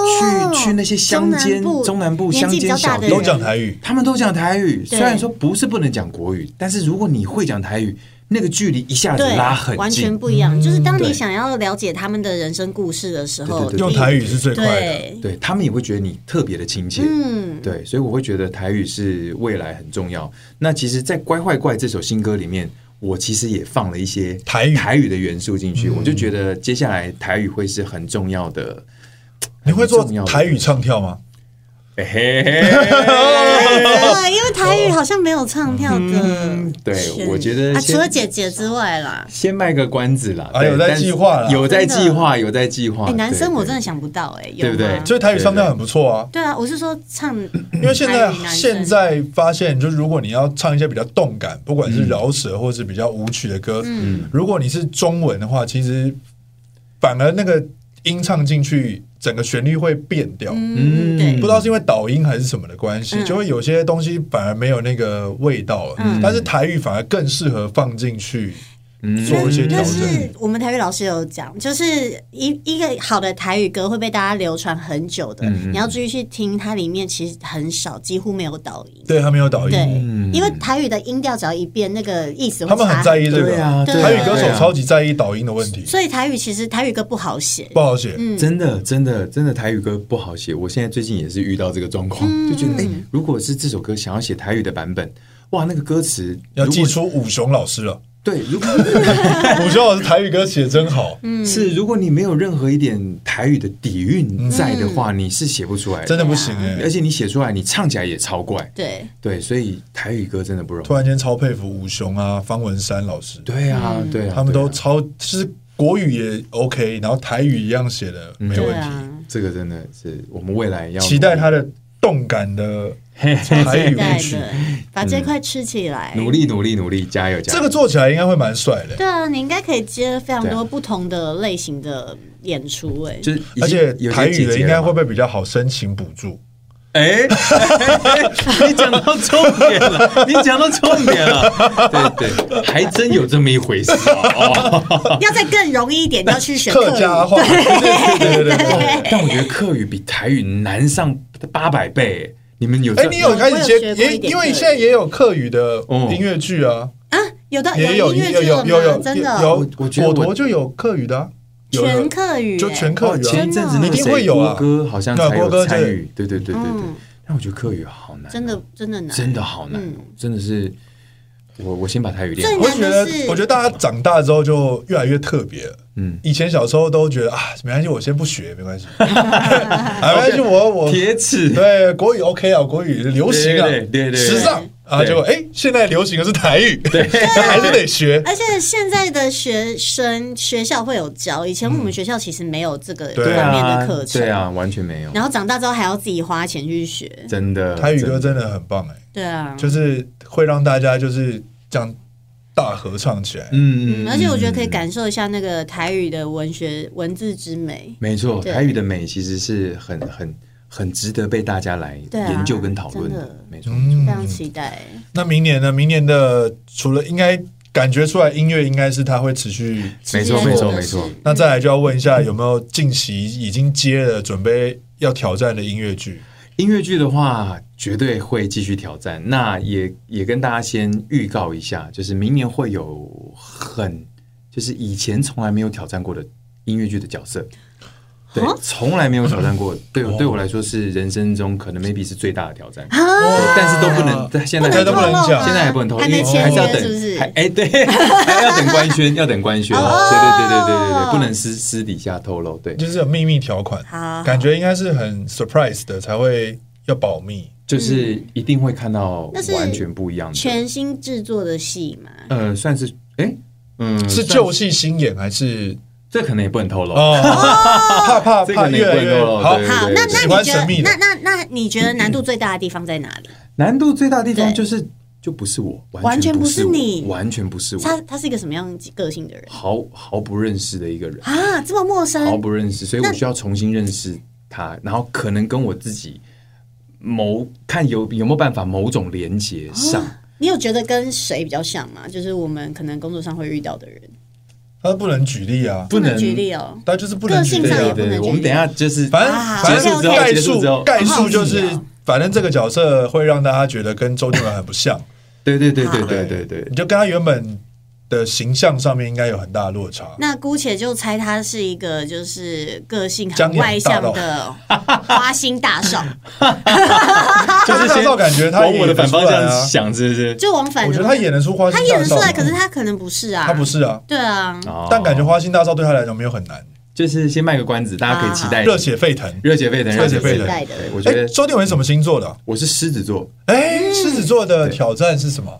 A: 去去那些乡间中南部
B: 年纪比较大的
A: 乡间小
B: 人
C: 都讲台语，
A: 他们都讲台语，虽
B: 对
A: 然说不是不能讲国语，但是如果你会讲台语，那个距离一下子
B: 对，
A: 拉很
B: 完全
A: 近。
B: 不一样。就是当
A: 对
B: 你想要了解他们的人生故事的时候，
A: 对对对
C: 用
B: 你
C: 台语是最快的。
B: 对，
A: 对他们也会觉得你特别的亲切，
B: 嗯，
A: 对，所以我会觉得台语是未来很重要。那其实，在《乖坏怪》这首新歌里面，我其实也放了一些
C: 台语嗯
A: 台语的元素进去，我就觉得接下来台语会是很重要的。
C: 你会做
A: 很重要的
C: 台语唱跳吗？
A: 嘿嘿嘿
B: 对，因为台语好像没有唱跳的
A: 嗯。对，我觉得
B: 啊，
A: 先
B: 除了姐姐之外啦，
A: 先卖个关子啦，
C: 啊有
A: 对
C: 在
A: 但是
C: 计划啦
A: 有在
B: 真的
A: 计划，有在计划。
B: 哎，男生
A: 啊对
B: 我真
A: 对
B: 的想不到哎，有
A: 对不对
B: 吗
C: 所以台语唱跳很不错啊。
B: 对啊，我是说唱，因
C: 因为现在
B: 嗯男生
C: 现在发现，就是如果你要唱一些比较动感，不管
A: 嗯
C: 是饶舌或是比较舞曲的歌，如果你是中文的话，其实反而那个音唱进去，整个旋律会变掉。
B: 嗯，对
C: 不知，道是因为导音还是什么的关系，
B: 嗯
C: 就会有些东西反而没有那个味道了。
B: 嗯
C: 但是台语反而更适合放进去
A: 嗯
C: 做一些调
B: 但
C: 整。
B: 是我们台语老师有讲，就是一一个好的台语歌会被大家流传很久的，
A: 嗯嗯
B: 你要注意去听，它里面其实很少，几乎没有导音。
C: 对，他没有导
B: 对
C: 音，，
B: 因为台语的音调只要一变，那个意思
C: 嗯他
B: 会
C: 们
B: 差
C: 很在意
B: 多
C: 这
A: 对
C: 个。
A: 啊，
B: 对
A: 对啊
C: 台语歌手
A: 对啊
C: 超级在意导音的问题，
B: 所以台语其实台语歌不好写，
C: 不好写。
B: 嗯，
A: 真的，真的，真的，台语歌不好写。我现在最近也是遇到这个状况，
B: 嗯
A: 就觉得，哎、如果是这首歌想要写台语的版本，哇，那个歌词
C: 要
A: 如果
C: 寄出武雄老师了，
A: 对，如果
C: 武雄老师台语歌写真好，
A: 是如果你没有任何一点台语的底蕴在的话，你是写不出来的，
C: 真的不行哎、
A: 而且你写出来，你唱起来也超怪。
B: 对，
A: 对，所以台语歌真的不容
C: 突
A: 易。
C: 然间超佩服武雄啊、方文山老师，
A: 对啊，对啊，
C: 他们
A: 对
C: 都
A: 啊
C: 超，其实国语也 OK，然后台语一样写的没
B: 对
C: 问题。
B: 啊，
A: 这个真的是我们未来要
C: 期待他的动感的台语
B: 期
C: 舞
B: 待
C: 曲，
B: 啊的，把这块吃起来，
C: 嗯
A: 努。力努力努力，加油加油！
C: 这个做起来应该会蛮帅的。
B: 对啊，你应该可以接非常
A: 对啊
B: 多不同的类型的演出、哎，
A: 就是已经
C: 而且
A: 有些
C: 台语
A: 姐
C: 的
A: 姐
C: 应该
A: 了嘛
C: 会不会比较好申请补助？
A: 哎、 你讲到重点了，你讲到重点了，对对，还真有这么一回事哦。
B: 要再更容易一点，要去选
C: 客家话， 对对对 对对。
A: 但我觉得客语比台语难上八百倍，你们有
C: 哎，
A: 这？哦
C: 你有开始
B: 我
C: 接
B: 有学过
C: 也
B: 一点
C: 因为
B: 客语
C: 现在也有客语的音乐剧啊，
B: 啊，有的
C: 也有
B: 音乐剧
C: 有
B: 了
C: 有
B: 吗？
C: 有有
B: 真的
C: 有
B: 哦，
A: 我我觉得
C: 果
A: 我
C: 陀就有客语的啊，有有
B: 全客语、
C: 就全
B: 哎
C: 客
A: 哦，
C: 语啊
A: 前一阵子那个
C: 一定会
A: 谁
C: 有啊
A: 郭哥好像
C: 对啊
A: 才
C: 郭哥
A: 有参
C: 这
A: 与，对对对对对
B: 嗯。
A: 但我觉得客语好难哦，
B: 真的真的难，嗯
A: 真的好难哦，真的是我我先把台语练好
B: 最。
C: 我觉得
B: 难的，是
C: 我觉得大家长大之后就越来越特别了。
A: 嗯
C: 以前小时候都觉得啊，没关系，我先不学，没关系，啊没关系，我我
A: 铁齿，
C: 对国语 OK 啊，国语流行啊，
A: 对对对对
C: 时尚啊，
A: 对
C: 结果哎，现在流行的是台语，对，还是得学。
B: 而且现在的学生学校会有教，以前我们学校其实没有这个方
C: 嗯对啊
B: 面的课程，
A: 对啊，完全没有，
B: 然后长大之后还要自己花钱去学，
A: 真的。
C: 台语歌真的很棒哎，
B: 对啊，
C: 就是会让大家就是这样大合唱起来。
A: 嗯，嗯
B: 嗯，
A: 嗯，
B: 而且我觉得可以
A: 嗯
B: 感受一下那个台语的文学文字之美，
A: 没错，
B: 对
A: 台语的美其实是很很很值得被大家来
B: 对啊
A: 研究跟讨论
B: 真的
A: 没错，
B: 非
C: 嗯，
B: 常期待。
C: 那明年呢？明年的除了应该感觉出来音乐应该是它会持续
A: 没错，
B: 持续
A: 没
B: 在
A: 错，
B: 做的
A: 没错
B: 事。
C: 那再来就要问一下，有没有近期已经接了准备要挑战的音乐剧？
A: 音乐剧的话，绝对会继续挑战。那也也跟大家先预告一下，就是明年会有很就是以前从来没有挑战过的音乐剧的角色。对
B: 啊，
A: 从来没有挑战过，对我对我来说是人生中可能 maybe 是最大的挑战，
B: 啊
A: 对哦但是都不能，但现在
C: 哦不能
A: 还
C: 透露啊
A: 现在还不能透露，
B: 还
A: 因为
B: 没签
A: 还是要
B: 约
A: 等，
B: 是不是哦
A: 还哎对， 还要等官宣，要等官宣，对对对对对对对，不能私私底下透露，对，
C: 就是有秘密条款，
B: 好，
C: 感觉应该是很 surprise 的才会要保密。
A: 就是一定会看到
B: 嗯那是
A: 完全不一样的，
B: 全新制作的戏嘛，
A: 呃，算是哎，嗯，
C: 是
A: 算
C: 旧戏新演还是
A: 这可能也不能透露。
C: 哦，怕怕
A: 这个
C: 怕，
A: 你
C: 越来
A: 问
C: 越
A: 过了
C: 好
A: 对。
B: 好，那
C: 喜
B: 那
C: 欢
B: 你觉
C: 神秘
B: 得，
C: 的
B: 那那那你觉得难度最大的地方在哪里？
A: 难度最大的地方
B: 对
A: 就是就不是我，
B: 完全
A: 不
B: 不
A: 是
B: 是
A: 我
B: 你
A: 完全不是我，
B: 他他是一个什么样个性的人
A: 毫毫不认识的一个人，
B: 啊？这么陌
A: 毫
B: 生，
A: 不认识，所以我需要重新认识他，然后可能跟我自己某看有有没有办法某种连接
B: 哦
A: 上。
B: 你有觉得跟谁比较像吗？就是我们可能工作上会遇到的人，
C: 他不能举例啊，
A: 不能
B: 举例哦。
C: 他就是不能举
B: 个
C: 例
B: 性上
C: 啊
B: 也。不
A: 对
B: 能
A: 对，
B: 决定
A: 我们等一下就是
C: 反正
B: 啊
C: 反正
B: 好，OK，OK
C: 概
A: 结束之后
C: 述概述就
B: 好哦
C: 是
B: 好好，
C: 反正这个角色会让大家觉得跟周杰伦很不像，
A: 对对对对
B: 好
A: 对对对
C: 你就跟他原本的形象上面应该有很大的落差。
B: 那姑且就猜他是一个就是个性
C: 江
B: 很
C: 洋
B: 外向的 花心大 少，
A: 就是
C: 大
A: 先
C: 少感觉他
A: 往我的反方
C: 演得
A: 向
C: 出来啊
A: 想，是不是？
B: 就往反
C: 我觉得他演得出花
B: 他
C: 心大少，嗯
B: 演得出来，可是他可能不是啊，
C: 他不，是啊，
B: 对啊，
A: 哦
C: 但感觉花心大少对他来讲没有很难，
A: 就是先卖个关子，大家可以期待
C: 热血沸腾。
A: 热血沸腾，
C: 热血沸腾
A: 热
B: 期待的
A: 对哎我觉
C: 哎，
A: 得
C: 周杰伦什么星座的啊？
A: 我是狮子座，
B: 嗯
C: 哎，狮子座的挑战是什么？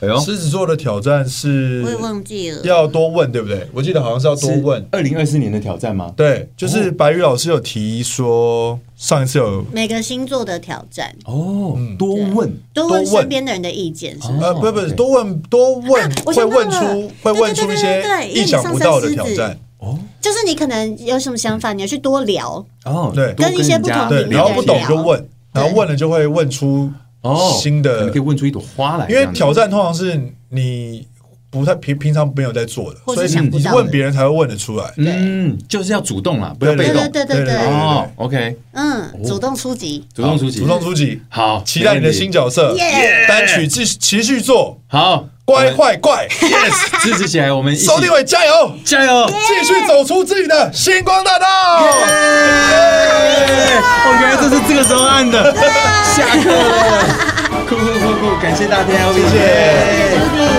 A: 哎呦，
C: 狮子座的挑战是
B: 我也忘记了。
C: 要多问，对不对？我记得好像是要多问。
A: 二零二四年的挑战吗？
C: 对，
A: 哦
C: 就是白宇老师有提说，上一次有
B: 每个星座的挑战，
A: 哦，
B: 嗯
A: 多问
B: 多
C: 多
B: 问
C: 问
B: 身边的人的意见，是不是？
C: 呃，
A: 哦
C: 不不，
A: 对
C: 多问多问
B: 啊我
C: 会
B: 想到
C: 问
B: 了
C: 出会问出一
B: 对对对对
C: 些
B: 对因为
C: 意
B: 你
C: 想
B: 上
C: 不
B: 升
C: 到的
B: 狮
C: 挑
B: 子
C: 战，
A: 哦
B: 就是你可能有什么想法，你要去多聊，
A: 哦，
C: 对
A: 多
B: 跟一些不
A: 人家
B: 同
C: 对，
B: 领域
C: 然
B: 的
C: 后
B: 人
C: 不懂就
B: 聊
C: 问，然后问了就会问出
A: 哦
C: 新
A: 可
C: 的
A: 能可以，问出一朵花来，
C: 因为挑战
A: 通
C: 通常是你不太平平常没有在做的，
B: 或
C: 所
B: 是
C: 以
B: 想不
C: 你
B: 到的
C: 问别人才会问得出来，
A: 嗯，就是要主动啦，不要
C: 对
A: 被动
B: 对对对对
A: 哦。OK，
B: 嗯，主动出击，
A: 主动出击，
C: 主动出击，
A: 好，
C: 期待你的新角色
B: 耶
C: 单曲继续持续做，
A: 好，
C: 乖坏怪，
A: yes，支持起来，我们一起
C: 收定伟加油！
A: 加油。
C: 继续走出自己的星光大道。
A: 哦，原来这是这个时候按的，下课了，酷酷酷酷，感谢大家，谢
C: 谢
B: 谢
C: 谢
B: 谢朱迪。